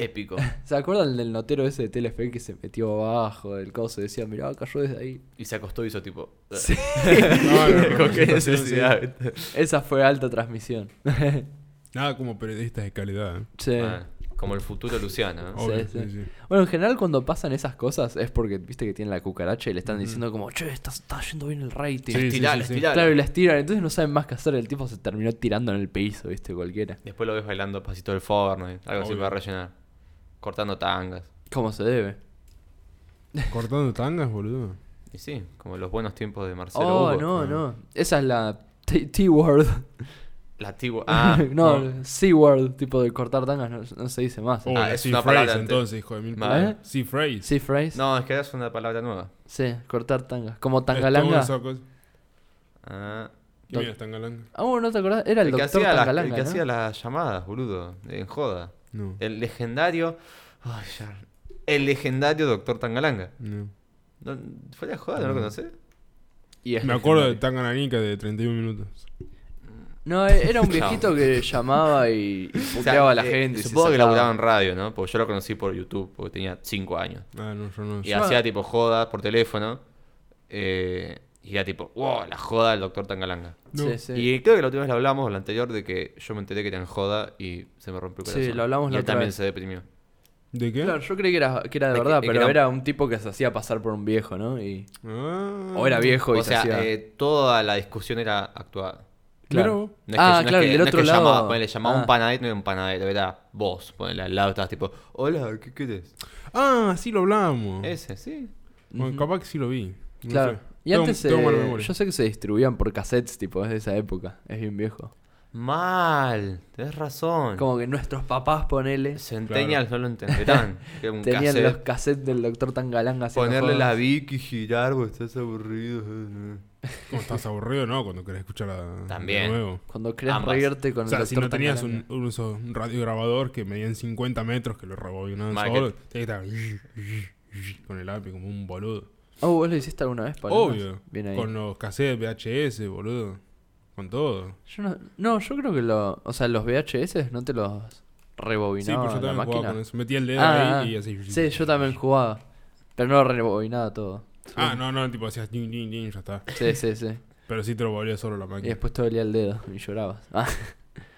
Speaker 2: Épico.
Speaker 1: ¿Se acuerdan del notero ese de Telefe que se metió abajo del coso y decía, mirá, cayó desde ahí?
Speaker 2: Y se acostó y hizo tipo.
Speaker 1: Sí.
Speaker 3: No, no,
Speaker 2: *laughs*
Speaker 3: no,
Speaker 1: *laughs*
Speaker 2: Con qué
Speaker 3: no, no, sí,
Speaker 2: necesidad.
Speaker 1: Esa fue alta transmisión. *laughs*
Speaker 3: Nada como periodistas de calidad. ¿eh?
Speaker 1: sí.
Speaker 2: Ah, como el futuro Luciano. ¿eh?
Speaker 3: Obvio,
Speaker 1: sí,
Speaker 3: sí,
Speaker 1: sí.
Speaker 3: sí.
Speaker 1: Bueno, en general cuando pasan esas cosas es porque, viste, que tienen la cucaracha y le están diciendo como, che, está, está yendo bien el rating.
Speaker 3: Sí,
Speaker 2: Estirala,
Speaker 3: sí.
Speaker 2: estirala.
Speaker 1: Claro, y las tiran, entonces no saben más qué hacer, el tipo se terminó tirando en el piso, viste, cualquiera.
Speaker 2: Después lo ves bailando pasito del forno, y algo así
Speaker 3: Obvio.
Speaker 2: para rellenar. Cortando tangas.
Speaker 1: Como se debe.
Speaker 3: Cortando tangas, boludo.
Speaker 2: Y sí, como los buenos tiempos de Marcelo
Speaker 1: Oh,
Speaker 2: Hugo.
Speaker 1: no,
Speaker 3: ah.
Speaker 1: no. Esa es la T- T-word.
Speaker 2: La antigua. Ah,
Speaker 1: *laughs* no,
Speaker 3: no.
Speaker 1: C-word, tipo de cortar tangas, no, no se dice más.
Speaker 3: Oh,
Speaker 2: Ah,
Speaker 3: la
Speaker 2: es una
Speaker 3: C-phrase
Speaker 2: palabra antes.
Speaker 3: entonces, hijo de mil
Speaker 2: Ma-
Speaker 3: putas.
Speaker 1: ¿Eh?
Speaker 3: C-phrase.
Speaker 1: C-phrase.
Speaker 2: no, es que ahora es una palabra nueva.
Speaker 1: Sí, cortar tangas. Como
Speaker 3: Es todo
Speaker 1: tangalanga.
Speaker 3: esa cosa.
Speaker 2: Ah,
Speaker 3: ¿Qué miras tangalanga?
Speaker 1: Ah, bueno, ¿no te acordás? Era el,
Speaker 2: que,
Speaker 1: doctor
Speaker 2: hacía las,
Speaker 1: tangalanga,
Speaker 2: el que
Speaker 1: ¿no?
Speaker 2: hacía las llamadas, boludo. En joda.
Speaker 3: No,
Speaker 2: El legendario. Ay, ya. El legendario Doctor Tangalanga.
Speaker 3: no.
Speaker 2: No, ¿Fue la joda? ¿No
Speaker 1: Mm.
Speaker 2: lo conocés?
Speaker 1: Y es
Speaker 3: Me acuerdo de
Speaker 1: legendario.
Speaker 3: Tangananica de 31 minutos.
Speaker 1: No, e-
Speaker 2: *laughs*
Speaker 1: era un viejito que llamaba y, y
Speaker 2: O sea,
Speaker 1: puteaba a la
Speaker 2: eh,
Speaker 1: gente. y se
Speaker 2: Supongo que
Speaker 1: sacaba.
Speaker 2: laburaba en radio, ¿no? Porque yo lo conocí por YouTube, porque tenía 5 años.
Speaker 3: Ah, no, yo no.
Speaker 2: Y
Speaker 3: yo-
Speaker 1: Yo-
Speaker 2: hacía tipo jodas por teléfono. eh, y era tipo, wow, la joda del doctor Tangalanga.
Speaker 3: No.
Speaker 1: Sí, sí.
Speaker 2: Y creo que la última vez lo hablamos, o la anterior, de que yo me enteré que eran joda y se me rompió el
Speaker 1: Sí,
Speaker 2: corazón.
Speaker 1: lo hablamos
Speaker 2: y
Speaker 1: la
Speaker 2: él
Speaker 1: otra
Speaker 2: también
Speaker 1: vez.
Speaker 2: se deprimió.
Speaker 3: ¿De qué?
Speaker 1: Claro, yo creí que era, que era de
Speaker 2: Es que-
Speaker 1: verdad,
Speaker 2: es que
Speaker 1: pero
Speaker 2: era-
Speaker 1: era... un tipo que se hacía pasar por un viejo, ¿no? Y...
Speaker 3: Ah.
Speaker 1: O era viejo y
Speaker 2: O
Speaker 1: se
Speaker 2: sea,
Speaker 1: hacía...
Speaker 2: eh, toda la discusión era actuada.
Speaker 1: claro.
Speaker 3: Mira vos.
Speaker 2: No
Speaker 1: Ah, claro, y del otro lado-
Speaker 2: Llamaba, ponele, llamaba a
Speaker 1: Ah.
Speaker 2: un panadero, no era un panadero, era vos. Ponele al lado, estabas tipo, hola, ¿qué querés?
Speaker 3: Ah, sí lo
Speaker 1: Mm.
Speaker 3: hablamos.
Speaker 2: Ese, sí.
Speaker 3: Bueno,
Speaker 1: Ujú.
Speaker 3: capaz que sí lo vi. No
Speaker 1: Claro.
Speaker 3: sé.
Speaker 1: Y
Speaker 3: Tengo-
Speaker 1: antes
Speaker 3: tengo mala
Speaker 1: eh,
Speaker 3: memoria.
Speaker 1: yo sé que se distribuían por cassettes, tipo, es de esa época. Es bien viejo.
Speaker 2: Mal, tenés razón.
Speaker 3: Ah.
Speaker 1: Como que nuestros papás, ponele,
Speaker 2: Centennials no lo
Speaker 1: *laughs*
Speaker 2: entenderán. que un
Speaker 1: tenían
Speaker 2: cassette.
Speaker 1: los cassettes del doctor Tangalanga. haciendo
Speaker 2: Ponerle la
Speaker 1: juegos.
Speaker 2: Vic y girar, vos estás aburrido.
Speaker 3: eh, Como estás aburrido, ¿no? Cuando querés escuchar a,
Speaker 2: También.
Speaker 3: de nuevo.
Speaker 1: Cuando querías
Speaker 2: Ambas.
Speaker 1: reírte con
Speaker 3: O sea,
Speaker 1: el
Speaker 3: si
Speaker 1: doctor
Speaker 3: no tenías un,
Speaker 1: Tangalanga.
Speaker 3: un, uso- un radiograbador que medía en 50 metros, que lo rebobinaban
Speaker 2: Mal
Speaker 3: solo, tenías que estar con el lápiz como un boludo.
Speaker 1: Oh, ¿vos lo hiciste alguna vez, Pablo?
Speaker 3: Obvio.
Speaker 1: Bien ahí.
Speaker 3: Con los cassettes, VHS, boludo. Con todo.
Speaker 1: Yo no, no, yo creo que lo... O sea, los VHS no te los
Speaker 3: sí,
Speaker 1: rebobinaba
Speaker 3: pero
Speaker 1: la
Speaker 3: yo también jugaba
Speaker 1: máquina.
Speaker 3: con eso. Metía el dedo
Speaker 1: Ah,
Speaker 3: ahí y
Speaker 1: ah.
Speaker 3: así.
Speaker 1: Sí, yo también jugaba. Pero no rebobinaba todo.
Speaker 3: Ah, no, no, tipo hacías ding, ding, ding, ya está.
Speaker 1: Sí, sí, sí.
Speaker 3: Pero sí te lo volvía solo la
Speaker 1: Y
Speaker 3: máquina.
Speaker 1: después te dolía el dedo y llorabas. Ah,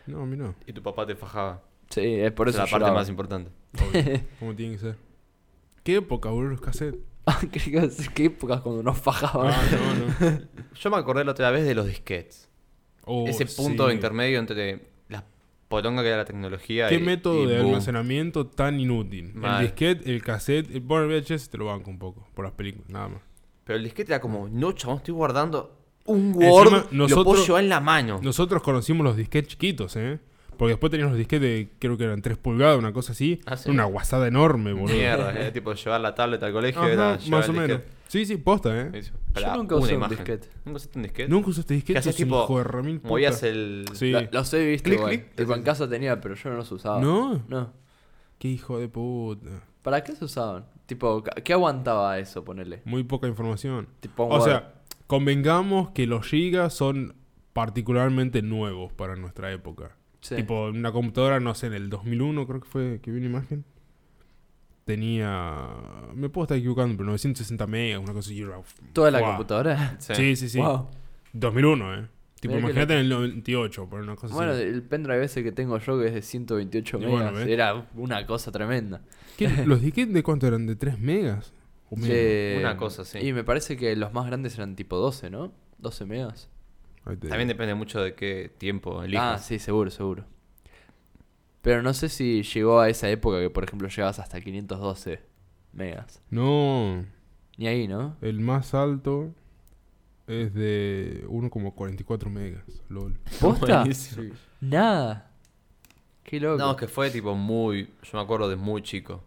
Speaker 3: No, a mí no.
Speaker 2: Y tu papá te fajaba.
Speaker 1: sí, es por
Speaker 2: Esa es
Speaker 1: eso
Speaker 2: la parte
Speaker 1: lloraba.
Speaker 2: más importante.
Speaker 3: Obvio. Como tiene que ser. ¿Qué época, boludo,
Speaker 2: *laughs*
Speaker 3: los cassettes?
Speaker 1: *laughs* Ah, ¿Qué, cosas- qué épocas cuando nos fajaban.
Speaker 3: Ah, no, no.
Speaker 2: Yo me acordé la otra vez de los disquetes.
Speaker 3: *laughs* Oh,
Speaker 2: Ese punto
Speaker 3: sí.
Speaker 2: intermedio entre la poronga que era la tecnología
Speaker 3: ¿Qué
Speaker 2: y-
Speaker 3: método
Speaker 2: y
Speaker 3: de
Speaker 2: boom.
Speaker 3: almacenamiento tan inútil?
Speaker 2: Mal.
Speaker 3: El disquete, el cassette, el, bueno, el VHS te lo banco un poco por las películas, nada más.
Speaker 2: Pero el disquete era como, no, chabón, estoy guardando un
Speaker 3: Encima,
Speaker 2: Word y lo puedo
Speaker 3: nosotros-
Speaker 2: llevar en la mano.
Speaker 3: Nosotros conocimos los disquetes chiquitos, ¿eh? Porque después teníamos los disquetes, de, creo que eran 3 pulgadas, una cosa así.
Speaker 2: Ah, sí.
Speaker 3: Una guasada enorme, boludo.
Speaker 2: Mierda, era tipo llevar la tablet al colegio.
Speaker 3: Ajá,
Speaker 2: era
Speaker 3: más
Speaker 2: llevar
Speaker 3: o
Speaker 2: el
Speaker 3: menos.
Speaker 2: disquete.
Speaker 3: Sí, sí, posta, ¿eh?
Speaker 2: Eso, para
Speaker 1: nunca
Speaker 2: una
Speaker 1: usé un
Speaker 2: imagen.
Speaker 1: disquete.
Speaker 2: ¿Nunca usaste un disquete?
Speaker 3: Nunca usaste
Speaker 2: Que
Speaker 3: disquetes,
Speaker 2: hacías
Speaker 3: es un
Speaker 2: tipo,
Speaker 3: hijo de remil puta.
Speaker 2: movías el...
Speaker 3: Sí.
Speaker 2: la-
Speaker 1: Los he visto,
Speaker 2: Clic,
Speaker 1: igual.
Speaker 2: clic.
Speaker 1: Tipo, en casa tenía, pero yo no los usaba.
Speaker 3: ¿No?
Speaker 1: No.
Speaker 3: Qué hijo de puta.
Speaker 1: ¿Para qué se usaban? Tipo, ca- ¿qué aguantaba eso, ponele?
Speaker 3: Muy poca información.
Speaker 1: Tipo, un
Speaker 3: O
Speaker 1: Word.
Speaker 3: sea, convengamos que los gigas son particularmente nuevos para nuestra época.
Speaker 1: Sí.
Speaker 3: Tipo, una computadora, no sé, en el 2001 creo que fue que vi una imagen. Tenía... Me puedo estar equivocando, pero 960 megas, una cosa así. era-
Speaker 1: ¿Toda la
Speaker 3: Guau.
Speaker 1: computadora?
Speaker 2: Sí.
Speaker 3: Sí, sí, sí.
Speaker 1: Guau.
Speaker 3: 2001, ¿eh? Tipo,
Speaker 1: Mirá que
Speaker 3: imagínate en el 98, por una cosa
Speaker 1: Bueno,
Speaker 3: así.
Speaker 1: el pendrive ese que tengo yo que es de 128
Speaker 3: Y
Speaker 1: megas,
Speaker 3: bueno, ¿ves?
Speaker 1: era una cosa tremenda.
Speaker 3: ¿Qué- ¿Los disquetes de cuánto eran? ¿De 3 megas? ¿O menos?
Speaker 1: Eh,
Speaker 2: Una cosa, sí.
Speaker 1: Y me parece que los más grandes eran tipo 12, ¿no? 12 megas.
Speaker 3: Ahí te-
Speaker 2: También depende mucho de qué tiempo
Speaker 1: Ah,
Speaker 2: elijas.
Speaker 1: sí, seguro, seguro. Pero no sé si llegó a esa época que, por ejemplo, llegabas hasta 512 megas.
Speaker 3: No,
Speaker 1: Ni ahí, ¿no?
Speaker 3: el más alto es de 1,44 megas. LOL.
Speaker 1: ¿Posta?
Speaker 2: Buenísimo.
Speaker 1: Nada. Qué loco.
Speaker 2: No, es que fue tipo muy... Yo me acuerdo de muy chico.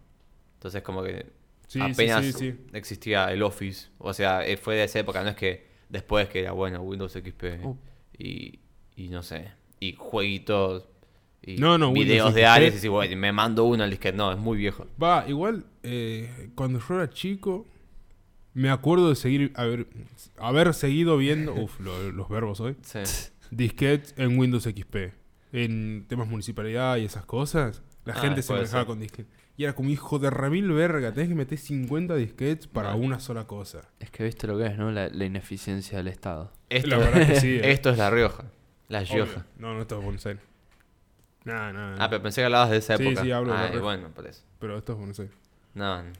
Speaker 2: Entonces como que
Speaker 3: Sí,
Speaker 2: apenas
Speaker 3: sí, sí, sí.
Speaker 2: existía el Office. O sea, eh, fue de esa época. No es que después que era bueno Windows XP
Speaker 1: Uh.
Speaker 2: y, y no sé. Y jueguitos y
Speaker 3: No, no,
Speaker 2: videos
Speaker 3: Windows
Speaker 2: de
Speaker 3: XP.
Speaker 2: Ares. Y decís, bueno, me mando uno al disquete. No, es muy viejo.
Speaker 3: Va, igual, eh, cuando yo era chico, me acuerdo de seguir, haber, haber seguido
Speaker 2: *laughs*
Speaker 3: viendo, uf, lo- los verbos hoy,
Speaker 2: Sí.
Speaker 3: disquetes en Windows XP. En temas municipalidad y esas cosas, la
Speaker 2: Ah,
Speaker 3: gente se
Speaker 2: puede
Speaker 3: manejaba
Speaker 2: ser.
Speaker 3: con disquetes. Y era como, hijo de remil verga, tenés que meter 50 disquetes para
Speaker 2: Mal.
Speaker 3: una sola cosa.
Speaker 1: Es que viste lo que es, ¿no? La, la ineficiencia del Estado.
Speaker 2: Esto,
Speaker 3: *laughs* La verdad que sí. eh.
Speaker 2: esto es La Rioja. La
Speaker 3: Obvio.
Speaker 2: Rioja.
Speaker 3: No, no esto es Buenos Aires. Nah, nah, nah.
Speaker 2: Ah, pero pensé que hablabas de esa
Speaker 3: Sí,
Speaker 2: época.
Speaker 3: sí, hablo de La
Speaker 2: Ah, y
Speaker 3: Rioja.
Speaker 2: bueno, por eso.
Speaker 3: Pero esto es Buenos Aires.
Speaker 2: No, no.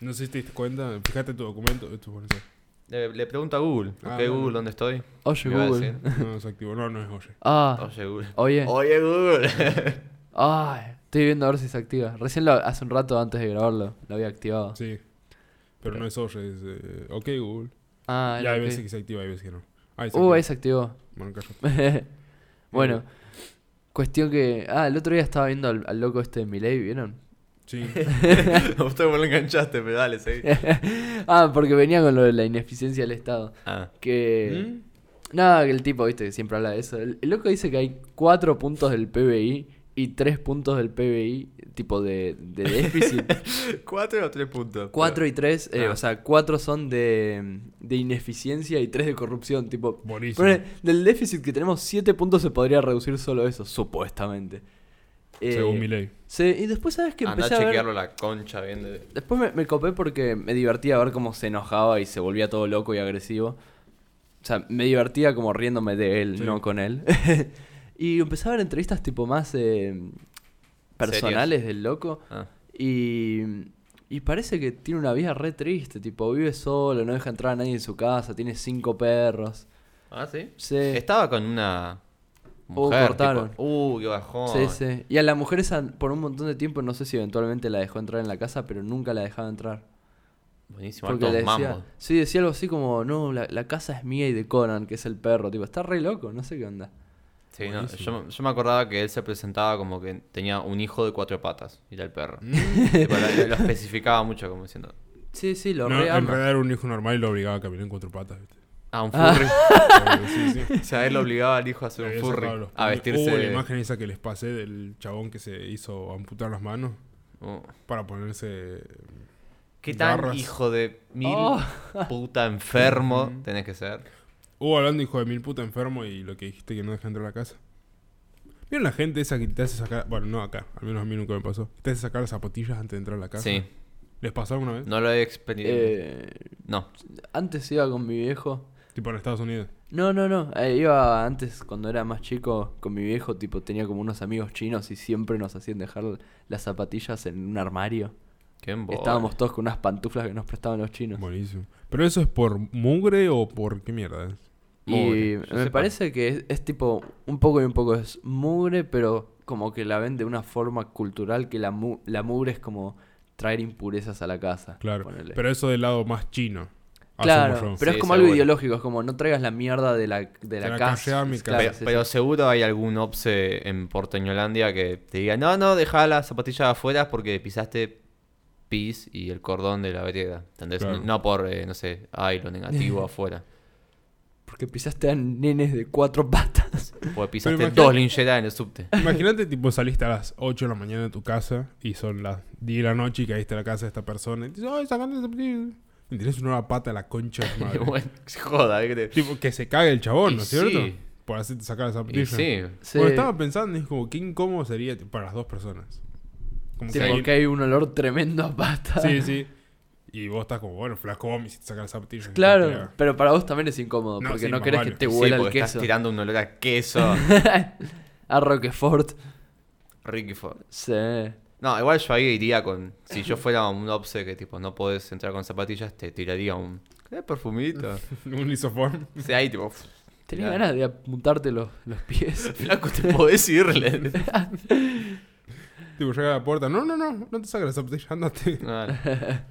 Speaker 3: No sé si te diste cuenta, fíjate tu documento, esto es
Speaker 1: *laughs*
Speaker 3: Buenos Aires.
Speaker 2: Le, le pregunto a Google.
Speaker 3: Ah,
Speaker 2: ok,
Speaker 3: bueno.
Speaker 2: Google, ¿dónde estoy?
Speaker 1: Oye,
Speaker 2: ¿Qué iba a
Speaker 1: Google.
Speaker 2: decir? Oh.
Speaker 3: No, desactivo. No, no es Oye.
Speaker 1: Ah,
Speaker 2: Oye, Google.
Speaker 1: oye. *laughs*
Speaker 2: Oye, Google.
Speaker 1: Ay, estoy viendo a ver si se activa. Recién lo- hace un rato antes de grabarlo lo había activado.
Speaker 3: Sí. Pero no es Oye, es eh, OK Google.
Speaker 1: Ah,
Speaker 3: ya
Speaker 1: era
Speaker 3: hay
Speaker 1: ok.
Speaker 3: veces que se activa, hay veces que no. Ahí se
Speaker 1: Uh,
Speaker 3: activa.
Speaker 1: ahí se activó.
Speaker 3: Bueno,
Speaker 1: *laughs*
Speaker 3: calla.
Speaker 1: bueno, cuestión que. Ah, el otro día estaba viendo al, al loco este de Miley, ¿vieron?
Speaker 3: Sí.
Speaker 2: A Usted me lo enganchaste, pero dale, seguí.
Speaker 1: ah, porque venía con lo de la ineficiencia del Estado.
Speaker 2: Ah.
Speaker 1: Que.
Speaker 3: ¿Mm?
Speaker 1: Nada, que el tipo, viste, que siempre habla de eso. El, el loco dice que hay cuatro puntos del PBI y tres puntos del PBI, tipo de, de déficit.
Speaker 3: *laughs*
Speaker 2: ¿Cuatro o tres puntos?
Speaker 1: cuatro y tres, eh,
Speaker 2: Ah.
Speaker 1: o sea, cuatro son de, de ineficiencia y tres de corrupción, tipo.
Speaker 3: Buenísimo.
Speaker 1: Pero del déficit que tenemos, 7 puntos se podría reducir solo eso, supuestamente. Eh,
Speaker 3: Según
Speaker 1: *laughs*
Speaker 3: mi ley.
Speaker 1: sí, y después, ¿sabes que
Speaker 2: Andá a
Speaker 1: Empecé a ver-
Speaker 2: chequearlo la concha bien de...
Speaker 1: Después me, me copé porque me divertía ver cómo se enojaba y se volvía todo loco y agresivo. O sea, me divertía como riéndome de él,
Speaker 3: Sí.
Speaker 1: no con él. *laughs* y empecé a ver entrevistas tipo más eh, personales del loco.
Speaker 2: Ah.
Speaker 1: Y, y parece que tiene una vida re triste, tipo vive solo, no deja entrar a nadie en su casa, tiene cinco perros.
Speaker 2: Ah, ¿sí?
Speaker 1: Sí.
Speaker 2: Estaba con una
Speaker 1: Oh,
Speaker 2: mujer,
Speaker 1: cortaron.
Speaker 2: tipo, uh, qué bajón.
Speaker 1: Sí, sí. Y a la mujer esa por un montón de tiempo, no sé si eventualmente la dejó entrar en la casa, pero nunca la dejaba entrar.
Speaker 2: Buenísimo,
Speaker 1: Porque
Speaker 2: altos
Speaker 1: le decía,
Speaker 2: mambos.
Speaker 1: sí, decía algo así como, no, la, la casa es mía y de Conan, que es el perro. Tipo, está re loco, no sé qué onda.
Speaker 2: Sí, no,
Speaker 3: Buenísimo.
Speaker 2: yo, yo me acordaba que él se presentaba como que tenía un hijo de cuatro patas y era
Speaker 1: *laughs*
Speaker 2: el perro. Tipo, lo, lo especificaba mucho como diciendo.
Speaker 1: Sí, sí, lo
Speaker 3: No,
Speaker 1: re
Speaker 3: en
Speaker 1: ama.
Speaker 3: realidad era un hijo normal y lo obligaba a caminar en cuatro patas.
Speaker 1: *laughs*
Speaker 3: ¿viste?
Speaker 2: Ah, un furry. *laughs*
Speaker 3: Sí, sí.
Speaker 2: O sea, él obligaba al hijo a ser
Speaker 3: Le
Speaker 2: un
Speaker 3: había
Speaker 2: furry.
Speaker 3: sacado los
Speaker 2: A
Speaker 3: pelos.
Speaker 2: vestirse
Speaker 3: Hubo
Speaker 2: de-
Speaker 3: Uh, la imagen esa que les pasé del chabón que se hizo amputar las manos
Speaker 2: Oh.
Speaker 3: para ponerse.
Speaker 2: ¿Qué tan
Speaker 3: Garras.
Speaker 2: hijo de mil
Speaker 1: Oh.
Speaker 2: puta enfermo
Speaker 3: Ujú.
Speaker 2: tenés que ser?
Speaker 3: Hubo hablando, hijo de mil puta enfermo, y lo que dijiste que no deja entrar a la casa. ¿Vieron la gente esa que te hace sacar.? Bueno, no acá, al menos a mí nunca me pasó. Te hace sacar las zapatillas antes de entrar a la casa.
Speaker 2: Sí,
Speaker 3: ¿Les pasó alguna vez?
Speaker 2: no lo he experimentado.
Speaker 1: Eh,
Speaker 2: no.
Speaker 1: antes iba con mi viejo.
Speaker 3: Tipo en Estados Unidos.
Speaker 1: No, no, no. eh, iba antes, cuando era más chico, con mi viejo, tipo, tenía como unos amigos chinos y siempre nos hacían dejar las zapatillas en un armario.
Speaker 2: Qué embole.
Speaker 1: Estábamos todos con unas pantuflas que nos prestaban los chinos.
Speaker 3: Buenísimo. ¿Pero eso es por mugre o por qué mierda? es?
Speaker 1: Y
Speaker 2: Mugre,
Speaker 1: me
Speaker 2: yo sepa.
Speaker 1: parece que es, es tipo, un poco y un poco es mugre, pero como que la ven de una forma cultural que la, mu- la mugre es como traer impurezas a la casa.
Speaker 3: Claro.
Speaker 1: ponele.
Speaker 3: Pero eso del lado más chino.
Speaker 1: claro,
Speaker 3: Asumo yo.
Speaker 1: pero
Speaker 2: Sí,
Speaker 1: es como algo
Speaker 2: seguro.
Speaker 1: ideológico, es como no traigas la mierda de la, de la,
Speaker 3: la calle
Speaker 1: casa.
Speaker 3: a mi
Speaker 1: Claro,
Speaker 2: pero,
Speaker 1: sí, sí.
Speaker 2: pero seguro hay algún obse en Porteñolandia que te diga, no, no, dejá las zapatillas afuera porque pisaste pis y el cordón de la vereda. ¿Entendés?
Speaker 3: Claro.
Speaker 2: No por, eh, no sé, ay,
Speaker 1: *laughs*
Speaker 2: lo negativo afuera.
Speaker 1: Porque pisaste a nenes de
Speaker 2: *laughs*
Speaker 1: cuatro patas.
Speaker 2: Porque pisaste
Speaker 3: imagínate-
Speaker 2: dos lincheras en el subte.
Speaker 3: Imagínate, tipo, saliste a las 8 de la mañana de tu casa y son las 10 de la noche y caíste a la casa de esta persona. Y dices, ay, sacate esa película". Y tenés una nueva pata a la concha de
Speaker 2: *laughs*
Speaker 3: tu madre.
Speaker 2: Bueno, joda, ¿qué te-
Speaker 3: Tipo, que se cague el chabón,
Speaker 2: Y
Speaker 3: ¿no es cierto?
Speaker 2: sí.
Speaker 3: Por hacerte sacar esa
Speaker 2: Y
Speaker 3: zapatilla.
Speaker 2: sí,
Speaker 1: Sí,
Speaker 3: Porque estaba pensando, es como, qué incómodo sería tipo, para las dos personas. Como
Speaker 1: sí,
Speaker 3: que alguien-
Speaker 1: porque hay un olor tremendo a pata.
Speaker 3: Sí, sí. Y vos estás como, bueno, flaco, vos me hiciste sacar esa zapatilla.
Speaker 1: *laughs* Claro, pero para vos también es incómodo,
Speaker 3: No,
Speaker 1: porque
Speaker 3: sí,
Speaker 1: no
Speaker 3: más
Speaker 1: querés
Speaker 3: vale.
Speaker 1: que te
Speaker 2: Sí,
Speaker 1: huela el
Speaker 2: porque
Speaker 1: queso.
Speaker 2: estás tirando un olor a
Speaker 3: *laughs*
Speaker 2: queso.
Speaker 1: *laughs* a Roquefort.
Speaker 2: Ricky Ford.
Speaker 1: Sí.
Speaker 2: No, igual yo ahí iría con. Si yo fuera un obse que tipo no podés entrar con zapatillas, te tiraría un. ¿Qué perfumito?
Speaker 3: *laughs* Un isoform.
Speaker 2: O sea, ahí tipo. "Uf,
Speaker 1: Tenía
Speaker 2: Mirá.
Speaker 1: ganas de apuntarte los, los *laughs* pies.
Speaker 2: Flaco, te podés irle.
Speaker 3: Tipo, llega a la puerta. No, no, no, no te saques la zapatilla,
Speaker 1: *laughs*
Speaker 3: andate.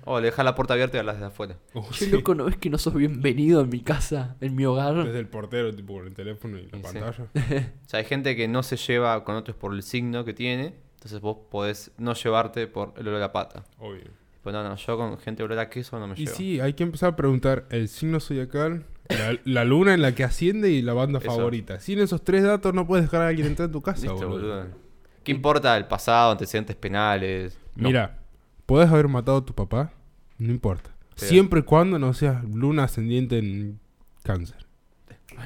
Speaker 2: O le dejas la puerta abierta y hablas de afuera.
Speaker 3: Oh,
Speaker 1: Che,
Speaker 3: sí.
Speaker 1: loco, ¿no ves que no sos bienvenido en mi casa, en mi hogar?
Speaker 3: Desde el portero, tipo, con el teléfono y la
Speaker 2: Y sí.
Speaker 3: pantalla.
Speaker 2: *laughs* O sea, hay gente que no se lleva con otros por el signo que tiene. Entonces vos podés no llevarte por el olor a pata.
Speaker 3: Obvio.
Speaker 2: Pues no, no, yo con gente olor a queso no me
Speaker 3: Y
Speaker 2: llevo.
Speaker 3: sí, hay que empezar a preguntar el signo zodiacal, la, la luna en la que asciende y la banda
Speaker 2: Eso.
Speaker 3: favorita. Sin esos tres datos no puedes dejar a alguien entrar en tu casa,
Speaker 2: Listo,
Speaker 3: boludo.
Speaker 2: boludo. ¿Qué importa el pasado, antecedentes penales? No.
Speaker 3: Mira, puedes haber matado a tu papá, no importa.
Speaker 2: Sí.
Speaker 3: Siempre y cuando no seas luna ascendiente en
Speaker 2: *laughs*
Speaker 3: cáncer.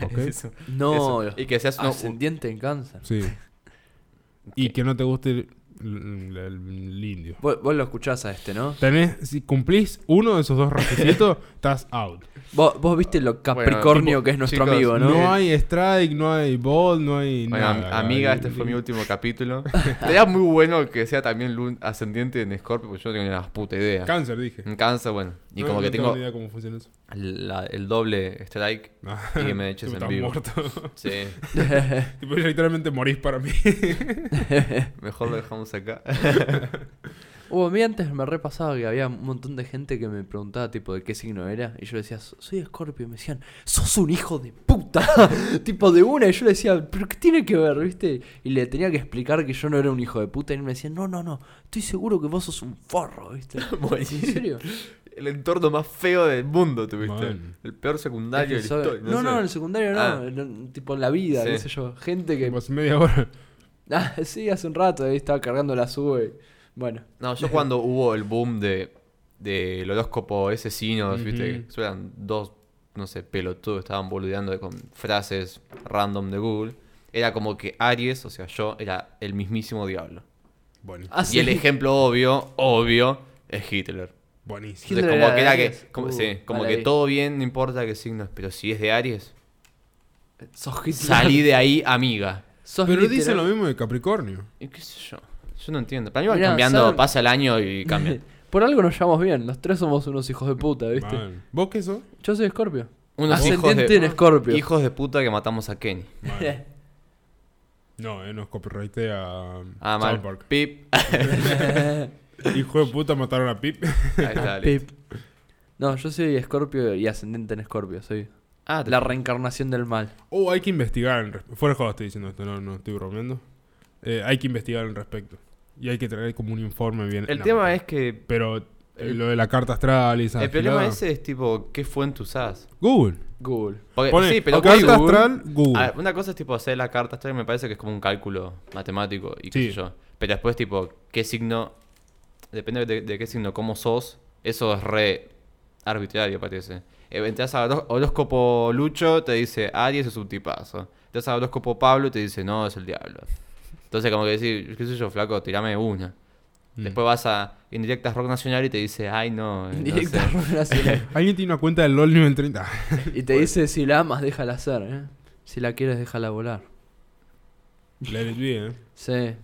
Speaker 3: ¿Ok?
Speaker 2: Eso,
Speaker 1: eh, No, Ah,
Speaker 2: eso. Y que seas uno-
Speaker 1: ascendiente en cáncer.
Speaker 3: Sí. Y que no te guste el, el- el indio.
Speaker 1: Vos, vos lo escuchás a este, ¿no?
Speaker 3: Tenés, si cumplís uno de esos
Speaker 2: *laughs*
Speaker 3: dos requisitos, estás out.
Speaker 1: Vos, vos viste lo capricornio
Speaker 2: tipo,
Speaker 1: que es nuestro
Speaker 2: chicos,
Speaker 1: amigo, ¿no?
Speaker 3: No, hay strike, no hay ball, no hay
Speaker 2: Bueno, am-
Speaker 3: nada.
Speaker 2: amiga, este fue mi último capítulo. Sería muy bueno que sea también lun- ascendiente en Scorpio, porque yo no tengo ni la puta idea.
Speaker 3: Cáncer, dije.
Speaker 2: En cáncer, bueno. Mm, Y
Speaker 3: No,
Speaker 2: como
Speaker 3: no
Speaker 2: que tengo
Speaker 3: ni idea cómo funciona eso.
Speaker 2: la- el doble strike *laughs* y que
Speaker 3: *laughs*
Speaker 2: me eches en
Speaker 3: Tipo, estás
Speaker 2: vivo.
Speaker 3: muerto. *laughs*
Speaker 2: Sí,
Speaker 1: *laughs*
Speaker 2: *laughs*
Speaker 3: tipo, literalmente morís para mí.
Speaker 2: mejor lo dejamos acá. *laughs*
Speaker 1: Hubo, a mí antes me repasaba que había un montón de gente que me preguntaba, tipo, de qué signo era. Y yo decía, "So- soy escorpio. Y me decían, sos un hijo de puta. *laughs* tipo, de una. Y yo le decía, ¿pero qué tiene que ver, viste? Y le tenía que explicar que yo no era un hijo de puta. Y él me decía, no, no, no. Estoy seguro que vos sos un forro,
Speaker 2: *laughs*
Speaker 1: viste. ¿En
Speaker 2: Buenísimo.
Speaker 1: serio?
Speaker 2: el entorno más feo del mundo tuviste.
Speaker 3: Man.
Speaker 2: El peor secundario
Speaker 1: Es que
Speaker 2: de la
Speaker 1: soy-
Speaker 2: historia.
Speaker 1: no, no, en el secundario no.
Speaker 2: Ah.
Speaker 1: en- en- tipo, en la vida,
Speaker 2: Sí.
Speaker 1: qué sé yo. Gente que.
Speaker 3: Tipo, hace media hora.
Speaker 1: *laughs* Ah, sí, hace un rato ahí estaba cargando la sube. Bueno.
Speaker 2: No,
Speaker 1: *laughs*
Speaker 2: yo cuando hubo el boom de del horóscopo ese sinos, viste,
Speaker 3: Ujú.
Speaker 2: que eran dos, no sé, pelotudos, estaban boludeando de- con frases random de Google. Era como que Aries, o sea, yo era el mismísimo diablo.
Speaker 3: Bueno,
Speaker 1: Ah, sí.
Speaker 2: Y el ejemplo obvio, obvio, es Hitler.
Speaker 3: buenísimo.
Speaker 1: Hitler
Speaker 2: Entonces, como
Speaker 1: era
Speaker 2: que era
Speaker 1: de Aries.
Speaker 2: que, como,
Speaker 1: Uh,
Speaker 2: sí, como
Speaker 1: mala
Speaker 2: que
Speaker 1: ahí.
Speaker 2: todo bien, no importa qué signos, pero si es de Aries,
Speaker 1: Sos Hitler.
Speaker 2: salí
Speaker 1: *laughs*
Speaker 2: de ahí, amiga.
Speaker 1: Sos
Speaker 3: Pero
Speaker 1: literal-
Speaker 3: dicen lo mismo de Capricornio.
Speaker 2: Y qué sé yo. Yo no entiendo. Para mí van
Speaker 1: Mirá,
Speaker 2: cambiando,
Speaker 1: ¿saben?
Speaker 2: pasa el año
Speaker 1: *laughs*
Speaker 2: y cambia.
Speaker 1: Por algo nos llevamos bien, los tres somos unos hijos de puta, ¿viste?
Speaker 3: Man. ¿Vos qué sos?
Speaker 1: Yo soy Scorpio.
Speaker 2: Unos hijos
Speaker 1: Ascendiente
Speaker 2: de,
Speaker 1: en Escorpio. *laughs*
Speaker 2: hijos de puta que matamos a Kenny.
Speaker 3: Man.
Speaker 2: *laughs*
Speaker 3: No, eh, nos copyrighté a um,
Speaker 2: Ah,
Speaker 3: South
Speaker 2: mal.
Speaker 3: Park. *laughs*
Speaker 2: Pip.
Speaker 3: Hijo de puta, mataron a Pip.
Speaker 2: Ah, Ahí está, listo.
Speaker 1: Pip. No, yo soy Scorpio y ascendente en Scorpio, soy
Speaker 2: Ah, te-
Speaker 1: La reencarnación del mal.
Speaker 3: *laughs* Oh, hay que investigar. al respe- Fuera de juego estoy diciendo esto, no, no estoy bromeando. Eh, hay que investigar al respecto. Y hay que traer como un informe bien.
Speaker 2: El
Speaker 3: no,
Speaker 2: tema
Speaker 3: pero-
Speaker 2: es que.
Speaker 3: Pero eh,
Speaker 2: el-
Speaker 3: lo de la carta astral y esa
Speaker 2: El problema
Speaker 3: gilada.
Speaker 2: ese es tipo, ¿qué fuente usás?
Speaker 3: Google.
Speaker 1: Google.
Speaker 2: Porque-
Speaker 3: Pone Uh.
Speaker 2: sí, pero
Speaker 3: carta
Speaker 2: Google-
Speaker 3: astral, Google.
Speaker 2: Ah, una cosa es tipo hacer la carta astral, que me parece que es como un cálculo matemático y qué
Speaker 3: Sí.
Speaker 2: sé yo. Pero después, tipo, qué signo. Depende de, de qué signo, cómo sos. Eso es re arbitrario, parece. Eh, Entras a horó- horóscopo Lucho, te dice Aries es un tipazo. Entras a horóscopo Pablo y te dice no, es el diablo. Entonces, como que decir, qué sé yo, flaco, tirame una.
Speaker 3: Mm.
Speaker 2: Después vas a Indirectas Rock Nacional y te dice, ay, no. no
Speaker 1: Directa
Speaker 2: sé".
Speaker 1: relación.
Speaker 3: Mm. Alguien tiene una cuenta del LOL nivel 30.
Speaker 1: *laughs* Y te dice, si la amas, déjala hacer, ¿eh? Si la quieres, déjala volar.
Speaker 3: *laughs* Let it be, ¿eh?
Speaker 1: Sí.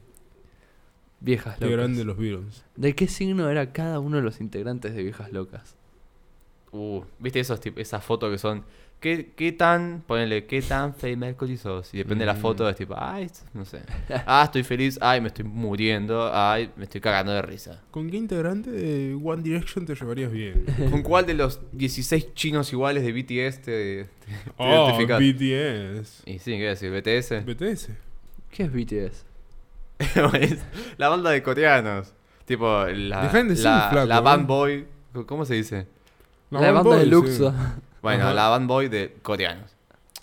Speaker 1: Viejas
Speaker 3: Qué
Speaker 1: locas.
Speaker 3: grande los Beatles.
Speaker 1: ¿De qué signo era cada uno de los integrantes de Viejas Locas?
Speaker 2: Uh, ¿viste esos tip- esas fotos que son? ¿Qué, qué tan, ponele, qué tan Freddie Mercury sos? Y depende de la
Speaker 3: Mm.
Speaker 2: foto, es tipo, ay, es- no
Speaker 3: *laughs*
Speaker 2: sé. Ah, estoy feliz, ay, me estoy muriendo, ay, me estoy cagando de
Speaker 3: *laughs*
Speaker 2: risa.
Speaker 3: ¿Con qué integrante de One Direction te llevarías bien?
Speaker 2: ¿Con cuál de los 16 chinos iguales de BTS te, te- te
Speaker 3: oh,
Speaker 2: identificás?
Speaker 3: BTS.
Speaker 2: Y sí, ¿qué decir? ¿BTS?
Speaker 3: BTS.
Speaker 1: ¿Qué es BTS?
Speaker 2: *laughs* Es la banda de coreanos. Tipo, la,
Speaker 3: Dejan de ser
Speaker 2: la,
Speaker 3: flaco,
Speaker 2: la
Speaker 3: ¿eh?
Speaker 2: band boy, ¿cómo se dice?
Speaker 1: La, banda de Luxo.
Speaker 2: Bueno,
Speaker 3: Ajá.
Speaker 2: la band boy de coreanos.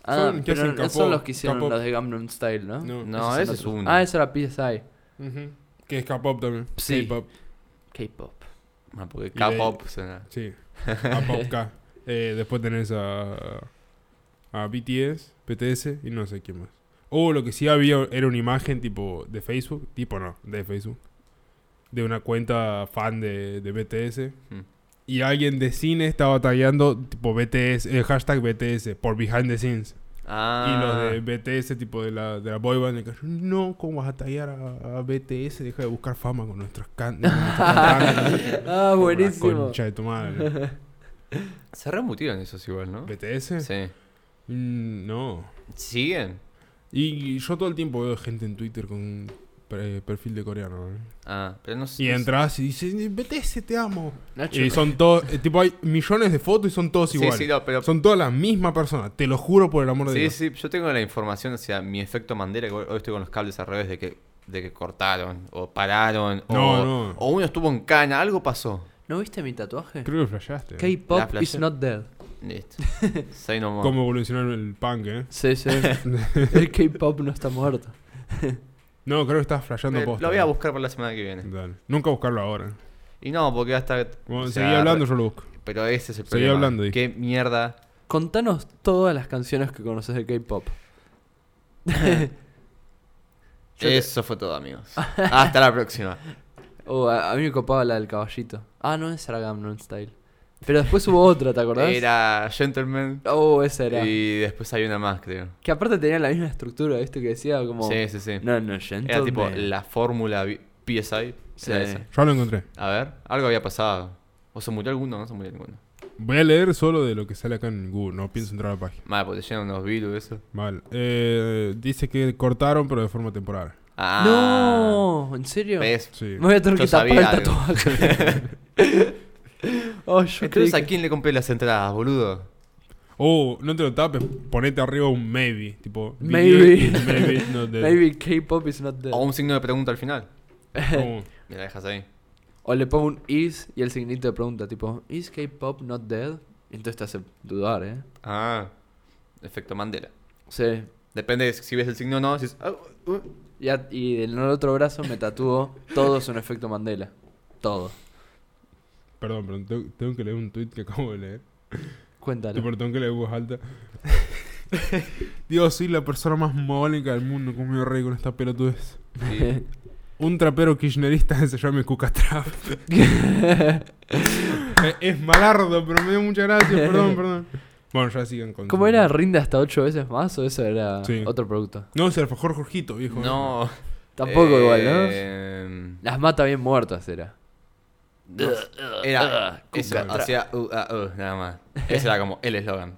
Speaker 1: Ah,
Speaker 3: Son- que
Speaker 1: pero
Speaker 3: hacen
Speaker 1: no
Speaker 3: K-pop,
Speaker 1: son los que hicieron
Speaker 3: K-pop.
Speaker 1: los de Gangnam Style, ¿no?
Speaker 3: No.
Speaker 2: No,
Speaker 1: Esos
Speaker 2: ese
Speaker 1: son
Speaker 2: es
Speaker 1: otros.
Speaker 2: uno.
Speaker 1: Ah, esa era PSI.
Speaker 3: Ujú. Que es K-pop también.
Speaker 1: Sí.
Speaker 3: K-pop.
Speaker 1: K-pop.
Speaker 2: Ah, porque
Speaker 3: Y de-
Speaker 2: K-pop suena.
Speaker 3: Sí. K-pop K. Eh, después tenés a, a BTS, BTS y no sé quién más. O lo que sí había era una imagen tipo de Facebook, tipo no, de Facebook, de una cuenta fan de, de BTS.
Speaker 2: Mm.
Speaker 3: Y alguien de cine estaba tagueando tipo BTS, el hashtag BTS por behind the scenes. Y los
Speaker 2: Ah.
Speaker 3: de BTS, tipo de la, de la boy band, que, no, ¿cómo vas a tallar a, a BTS? Deja de buscar fama con nuestros *laughs* cantos.
Speaker 1: Ah, buenísimo.
Speaker 3: Concha de tu madre.
Speaker 2: Se remutieron esos igual, ¿no?
Speaker 3: ¿BTS?
Speaker 2: Sí.
Speaker 3: Mm, no.
Speaker 2: ¿Siguen?
Speaker 3: Y yo todo el tiempo veo gente en Twitter con pre- perfil de coreano. ¿eh?
Speaker 2: Ah, pero no sé.
Speaker 3: Y
Speaker 2: no sé.
Speaker 3: entras y dices, BTS, te amo.
Speaker 1: Nacho,
Speaker 3: Y son todos, eh, tipo, hay millones de fotos y son todos
Speaker 2: Sí,
Speaker 3: iguales.
Speaker 2: sí, no, pero.
Speaker 3: Son todas las mismas personas, te lo juro por el amor de
Speaker 2: Sí,
Speaker 3: Dios.
Speaker 2: sí, yo tengo la información, o sea, mi efecto Mandela, que hoy hoy estoy con los cables al revés, de que, de que cortaron, o pararon,
Speaker 3: No,
Speaker 2: o,
Speaker 3: no.
Speaker 2: o uno estuvo en cana, algo pasó.
Speaker 1: ¿No viste mi tatuaje?
Speaker 3: Creo que flasheaste. ¿eh?
Speaker 2: La
Speaker 1: K-pop
Speaker 2: flashé.
Speaker 1: is not dead.
Speaker 3: *laughs*
Speaker 2: Listo. Say no more.
Speaker 3: Cómo evolucionó el punk, ¿eh?
Speaker 1: Sí, sí. *laughs* El K-pop no está muerto.
Speaker 3: No, creo que estabas flasheando
Speaker 2: Eh,
Speaker 3: posta.
Speaker 2: lo voy a
Speaker 3: ¿eh?
Speaker 2: buscar para la semana que viene.
Speaker 3: Dale. Nunca buscarlo ahora.
Speaker 2: Y no, porque hasta.
Speaker 3: Bueno,
Speaker 2: o sea,
Speaker 3: seguí hablando, yo lo busco.
Speaker 2: Pero ese es el
Speaker 3: Seguí
Speaker 2: problema.
Speaker 3: hablando, dije.
Speaker 2: Qué mierda.
Speaker 1: Contanos todas las canciones que conoces de
Speaker 2: *laughs*
Speaker 1: K-pop. Yo te-
Speaker 2: Eso fue todo,
Speaker 3: *laughs*
Speaker 2: amigos. hasta la próxima.
Speaker 1: Oh, a, a mí me copaba la del caballito. Ah, no, esa era Gangnam Style. Pero después hubo otra, ¿te acordás?
Speaker 2: Era Gentleman.
Speaker 1: Oh, esa era.
Speaker 2: Y después hay una más, creo.
Speaker 1: Que aparte tenía la misma estructura, ¿viste? Que decía como...
Speaker 2: Sí, sí, sí.
Speaker 1: No, no,
Speaker 2: Era tipo
Speaker 1: gentleman.
Speaker 2: la fórmula vi- PSI.
Speaker 1: Sí.
Speaker 2: Era esa.
Speaker 3: Ya lo encontré.
Speaker 2: A ver, algo había pasado. O se murió alguno, no se murió ninguno.
Speaker 3: Voy a leer solo de lo que sale acá en Google. No pienso entrar a la página.
Speaker 2: Mal, porque te llenan unos virus, eso.
Speaker 3: Vale. Eh, dice que cortaron, pero de forma temporal.
Speaker 2: Ah,
Speaker 1: No, ¿en serio?
Speaker 2: ¿Ves?
Speaker 1: *laughs*
Speaker 3: Sí.
Speaker 1: Me voy a tener
Speaker 2: Yo
Speaker 1: que tapar el
Speaker 2: sabía algo.
Speaker 1: tatuaje. *laughs* oh, yo creí
Speaker 2: Entonces,
Speaker 1: que-
Speaker 2: ¿a quién le compré las entradas, boludo?
Speaker 3: Oh, no te lo tapes. Ponete arriba un maybe. Tipo,
Speaker 1: Maybe.
Speaker 3: BTS, maybe. No, de,
Speaker 1: Maybe K-pop is not dead.
Speaker 2: O un signo de pregunta al final.
Speaker 3: como-
Speaker 2: Me la dejas ahí.
Speaker 1: *laughs* O le pongo un is y el signito de pregunta, tipo, ¿is K-pop not dead? Entonces te hace dudar, ¿eh?
Speaker 2: Ah, efecto Mandela.
Speaker 1: Sí. Depende.
Speaker 2: Depende de si ves el signo o no. Si es, ah, uh, uh.
Speaker 1: Y, a- y en el otro brazo me tatúo, todo es un efecto Mandela. Todo.
Speaker 3: Perdón, pero tengo, tengo que leer un tweet que acabo de leer.
Speaker 1: Cuéntalo.
Speaker 3: Tipo, tengo que leer en voz alta. *laughs* Dios, soy la persona más mólica del mundo. Como me rey con esta pelotudez.
Speaker 1: *laughs*
Speaker 2: Y-
Speaker 3: Un trapero kirchnerista *laughs* que se llama Cuca Trap. Eh, es malardo, pero me dio mucha gracia.
Speaker 1: *laughs*
Speaker 3: Perdón, perdón. Bueno, ya sigan con.
Speaker 1: *laughs* ¿Cómo era? ¿Rinde hasta ocho veces más? ¿O eso era
Speaker 3: Sí.
Speaker 1: otro producto?
Speaker 3: No, es el alfajor Jorgito, viejo. Oh,
Speaker 2: no.
Speaker 1: Tampoco igual, ¿no?
Speaker 2: Eh,
Speaker 1: Las mata bien muertas era.
Speaker 2: Era
Speaker 1: Cuca
Speaker 2: eso,
Speaker 1: atrás.
Speaker 2: hacía uh, ah, uh,
Speaker 1: *laughs*
Speaker 2: nada más. Ese era como el eslogan.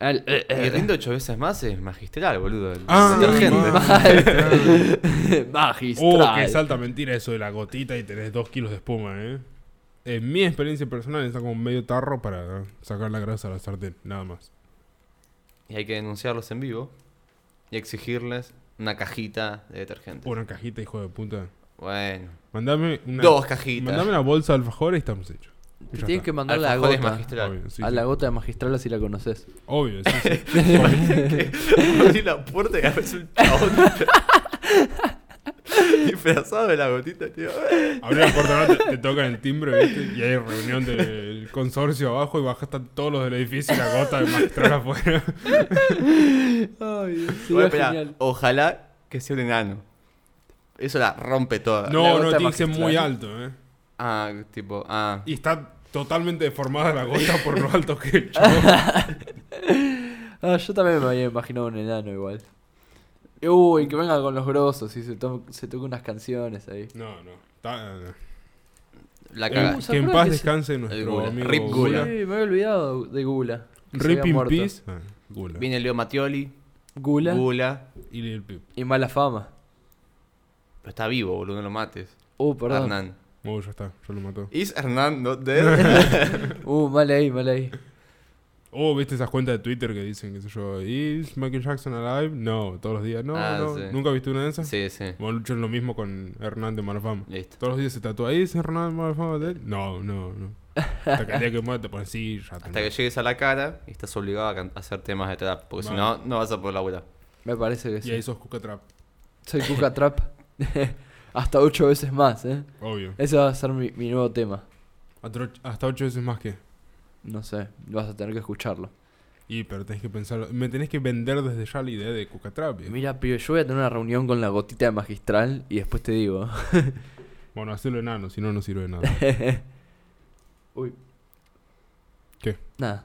Speaker 1: El-
Speaker 2: Y rindo ocho veces más es magistral, boludo.
Speaker 3: Ah,
Speaker 1: Sí,
Speaker 2: Detergente.
Speaker 1: mal.
Speaker 3: Oh,
Speaker 1: Magistral.
Speaker 3: qué salta mentira eso de la gotita y tenés dos kilos de espuma, eh. En mi experiencia personal está como medio tarro para sacar la grasa a la sartén, nada más.
Speaker 2: *laughs* y hay que denunciarlos en vivo y exigirles una cajita de detergente.
Speaker 3: Una cajita, hijo de puta.
Speaker 2: Bueno,
Speaker 3: Mandame una.
Speaker 2: dos cajitas.
Speaker 3: Mandame una bolsa de alfajores y estamos hechos. Y
Speaker 1: Te
Speaker 3: ya
Speaker 1: tienen
Speaker 3: está.
Speaker 1: que mandar la
Speaker 2: Alfajores
Speaker 1: gota.
Speaker 2: magistral. *laughs*
Speaker 3: Obvio, sí,
Speaker 1: a
Speaker 3: sí.
Speaker 1: la gota de magistral así la conoces.
Speaker 3: Obvio, sí, sí.
Speaker 1: *laughs*
Speaker 2: Abrí la puerta y agarré un chabón. Disfrazado de la gotita, tío.
Speaker 3: Abrí la puerta, ¿no? te, te tocan el timbre, ¿viste? Y hay reunión del consorcio abajo y bajaste todos los del edificio y la gota de magistral afuera.
Speaker 1: Ay,
Speaker 2: Bueno, espera, ojalá que sea un enano. Eso la rompe toda. La
Speaker 3: No,
Speaker 2: gota
Speaker 3: no, tiene que ser
Speaker 2: magistral.
Speaker 3: muy alto, ¿eh?
Speaker 2: Ah, tipo, ah.
Speaker 3: Y está totalmente deformada la gota por lo alto que
Speaker 2: *laughs*
Speaker 3: el chabón.
Speaker 1: *laughs* Ah, yo también me había imaginado un enano igual. Uy, que venga con los grosos y se, to- se toque unas canciones ahí.
Speaker 3: No, no. está- no, no.
Speaker 2: La
Speaker 3: Eh,
Speaker 2: cagaste.
Speaker 1: ¿se
Speaker 3: que en
Speaker 1: acuerdan que
Speaker 3: paz
Speaker 1: se-
Speaker 3: descanse
Speaker 2: El
Speaker 3: nuestro
Speaker 2: Gula.
Speaker 3: amigo
Speaker 2: Rip Gula.
Speaker 1: Sí, me había olvidado de Gula. que se
Speaker 3: Oh, Rip
Speaker 1: había
Speaker 3: in
Speaker 1: muerto.
Speaker 3: peace. Ah, Gula.
Speaker 2: Viene Leo Mattioli,
Speaker 1: Gula,
Speaker 2: Gula.
Speaker 3: Y Lil Peep.
Speaker 1: y mala fama.
Speaker 2: Pero está vivo, boludo, no lo mates.
Speaker 1: Uh, perdón.
Speaker 2: Hernán.
Speaker 3: Oh, ya está, ya lo mató.
Speaker 2: ¿Is Hernán not *laughs* dead?
Speaker 1: Uh, mal ahí, mal ahí.
Speaker 3: Oh, ¿viste esas cuentas de Twitter que dicen, qué sé yo, ¿Is Michael Jackson alive? No, todos los días. No,
Speaker 2: Ah,
Speaker 3: no.
Speaker 2: sí.
Speaker 3: ¿Nunca viste una de esas?
Speaker 2: sí, sí.
Speaker 3: Bueno, luchó en lo mismo con Hernán de Malafama.
Speaker 2: Listo.
Speaker 3: Todos los días se tatúa, ¿Is Hernán de Malafama dead? No, no, no. Hasta que el día que muera te ponen sí, ya
Speaker 2: Hasta que llegues a la cara y estás obligado a can- a hacer temas de trap. Porque si
Speaker 3: Vale.
Speaker 2: no, no vas a poder laburar.
Speaker 1: Me parece que
Speaker 3: Y ahí
Speaker 1: sí.
Speaker 3: sos Cuca Trap,
Speaker 1: Soy Cuca Trap. *laughs* Hasta ocho veces más, ¿eh?
Speaker 3: obvio.
Speaker 1: Ese va a ser mi, mi nuevo tema.
Speaker 3: Hasta och- Hasta ocho veces más que.
Speaker 1: No sé, vas a tener que escucharlo.
Speaker 3: Y, pero tenés que pensarlo. Me tenés que vender desde ya la idea de Cuca Trap. eh.
Speaker 1: Mira, pibe, yo voy a tener una reunión con la gotita de magistral y después te digo. *laughs*
Speaker 3: Bueno, hacelo enano, si no, no sirve
Speaker 2: *laughs*
Speaker 3: de nada.
Speaker 1: Uy.
Speaker 3: ¿Qué?
Speaker 1: Nada.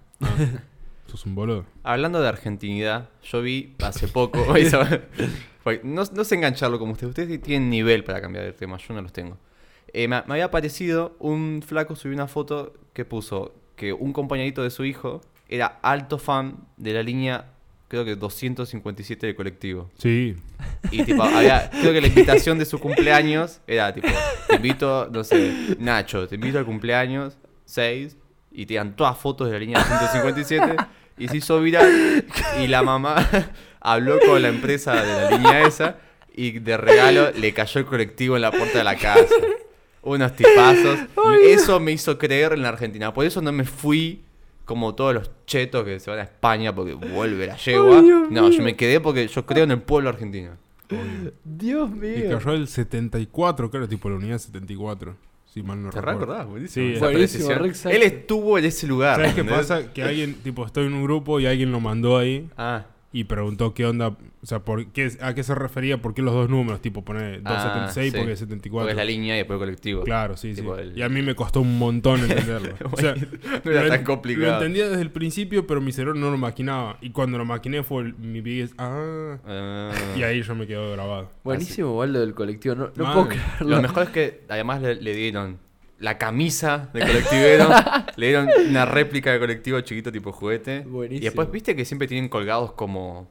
Speaker 3: sos un boludo.
Speaker 2: Hablando de argentinidad, yo vi hace poco. *laughs* Ahí se va. Fue- no, no sé engancharlo como ustedes. Ustedes sí tienen nivel para cambiar de tema, yo no los tengo. Eh, me, me había aparecido un flaco subió una foto que puso que un compañerito de su hijo era alto fan de la línea, creo que 257 del colectivo.
Speaker 3: Sí.
Speaker 2: Y tipo, había, creo que la invitación de su cumpleaños era tipo, te invito, no sé, Nacho, te invito al cumpleaños 6 y te dan todas fotos de la línea 157 y se hizo viral y la mamá *laughs* habló con la empresa de la línea esa y de regalo le cayó el colectivo en la puerta de la casa. Unos tipazos. eso me hizo creer en la Argentina. Por eso no me fui como todos los chetos que se van a España porque vuelve la yegua.
Speaker 1: Dios
Speaker 2: no, yo
Speaker 1: mío.
Speaker 2: me quedé porque yo creo en el pueblo argentino.
Speaker 1: Dios
Speaker 3: Y
Speaker 1: mío.
Speaker 3: cayó el 74, creo, tipo la unidad 74. Si mal no
Speaker 2: ¿Te
Speaker 3: recuerdo.
Speaker 2: recordás? Buenísimo.
Speaker 3: Sí,
Speaker 2: esa
Speaker 1: Buenísimo,
Speaker 2: precisión.
Speaker 1: re exacto.
Speaker 2: Él estuvo en ese lugar.
Speaker 3: ¿Sabes qué
Speaker 2: ¿entendés?
Speaker 3: pasa? Que alguien, tipo, estoy en un grupo y alguien lo mandó ahí
Speaker 2: Ah,
Speaker 3: y preguntó qué onda, o sea, por qué, a qué se refería, por qué los dos números, tipo, poner
Speaker 2: ah,
Speaker 3: 276
Speaker 2: sí.
Speaker 3: porque es 74.
Speaker 2: Porque es la línea y después el colectivo. *laughs*
Speaker 3: Claro, sí, sí.
Speaker 2: Tipo el-
Speaker 3: Y a mí me costó
Speaker 2: *laughs*
Speaker 3: un montón entenderlo. O sea,
Speaker 2: No era
Speaker 3: lo
Speaker 2: tan
Speaker 3: en- Lo
Speaker 2: complicado.
Speaker 3: entendía desde el principio, pero mi cerebro no lo maquinaba. Y cuando lo maquiné fue el- mi biggest, ah,
Speaker 2: Ah.
Speaker 3: y ahí yo me quedo grabado.
Speaker 1: Buenísimo igual lo del colectivo. No, no
Speaker 3: Mal.
Speaker 1: puedo creerlo.
Speaker 2: Lo mejor es que además le, le dieron la camisa de colectivero, *laughs* le dieron una réplica de colectivo chiquito tipo juguete.
Speaker 1: Buenísimo.
Speaker 2: Y después viste que siempre tienen colgados como...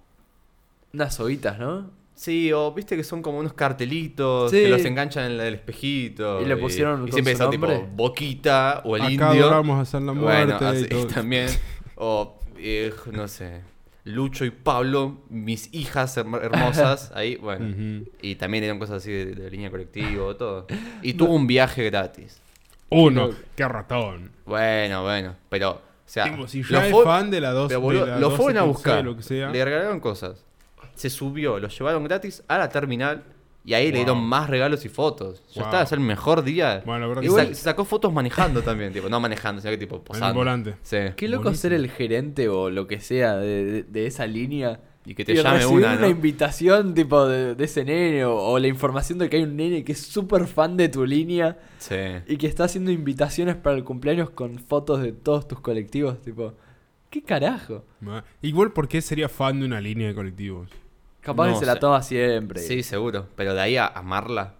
Speaker 1: Unas soguitas, ¿no?
Speaker 2: Sí, o viste que son como unos cartelitos
Speaker 1: Sí.
Speaker 2: que los enganchan en la- el espejito.
Speaker 1: Y le pusieron
Speaker 2: Y,
Speaker 1: con
Speaker 2: siempre
Speaker 1: su
Speaker 2: está tipo
Speaker 1: nombre.
Speaker 2: Boquita o el
Speaker 3: Acá
Speaker 2: indio.
Speaker 3: adoramos hacer la muerte
Speaker 2: Bueno, así-
Speaker 3: y todo.
Speaker 2: *laughs* también. O, eh, no sé, Lucho y Pablo, mis hijas her-
Speaker 3: *laughs*
Speaker 2: hermosas, ahí, bueno.
Speaker 3: Ujú.
Speaker 2: Y también eran cosas así de, de línea colectivo, todo.
Speaker 3: *laughs*
Speaker 2: Y tuvo un viaje gratis.
Speaker 3: Uno, qué ratón.
Speaker 2: Bueno, bueno, pero, o sea,
Speaker 3: Tipo, si
Speaker 2: lo
Speaker 3: ya es
Speaker 2: fue-
Speaker 3: fan de la 2
Speaker 2: pero, boludo, lo fueron a buscar, le regalaron cosas. Se subió, lo llevaron gratis a la terminal y ahí le
Speaker 3: Wow.
Speaker 2: dieron más regalos y fotos. Ya
Speaker 3: Wow.
Speaker 2: está, es el mejor día.
Speaker 3: Bueno, la verdad
Speaker 2: y
Speaker 3: que
Speaker 2: sa-
Speaker 3: sí.
Speaker 2: sacó fotos manejando también, tipo, no manejando, sino que tipo posando.
Speaker 3: volante.
Speaker 2: Sí.
Speaker 1: Qué loco ser el gerente o lo que sea de, de- de esa línea.
Speaker 2: Y que te llame
Speaker 1: recibir
Speaker 2: una, ¿no?
Speaker 1: invitación tipo de, de ese nene o, o la información de que hay un nene que es súper fan de tu línea
Speaker 2: Sí.
Speaker 1: y que está haciendo invitaciones para el cumpleaños con fotos de todos tus colectivos. Tipo, ¿qué carajo?
Speaker 3: Ma- Igual, ¿por qué sería fan de una línea de colectivos?
Speaker 1: Capaz
Speaker 2: No
Speaker 1: que se la
Speaker 2: sé.
Speaker 1: toma siempre.
Speaker 2: Sí, seguro. Pero de ahí a amarla.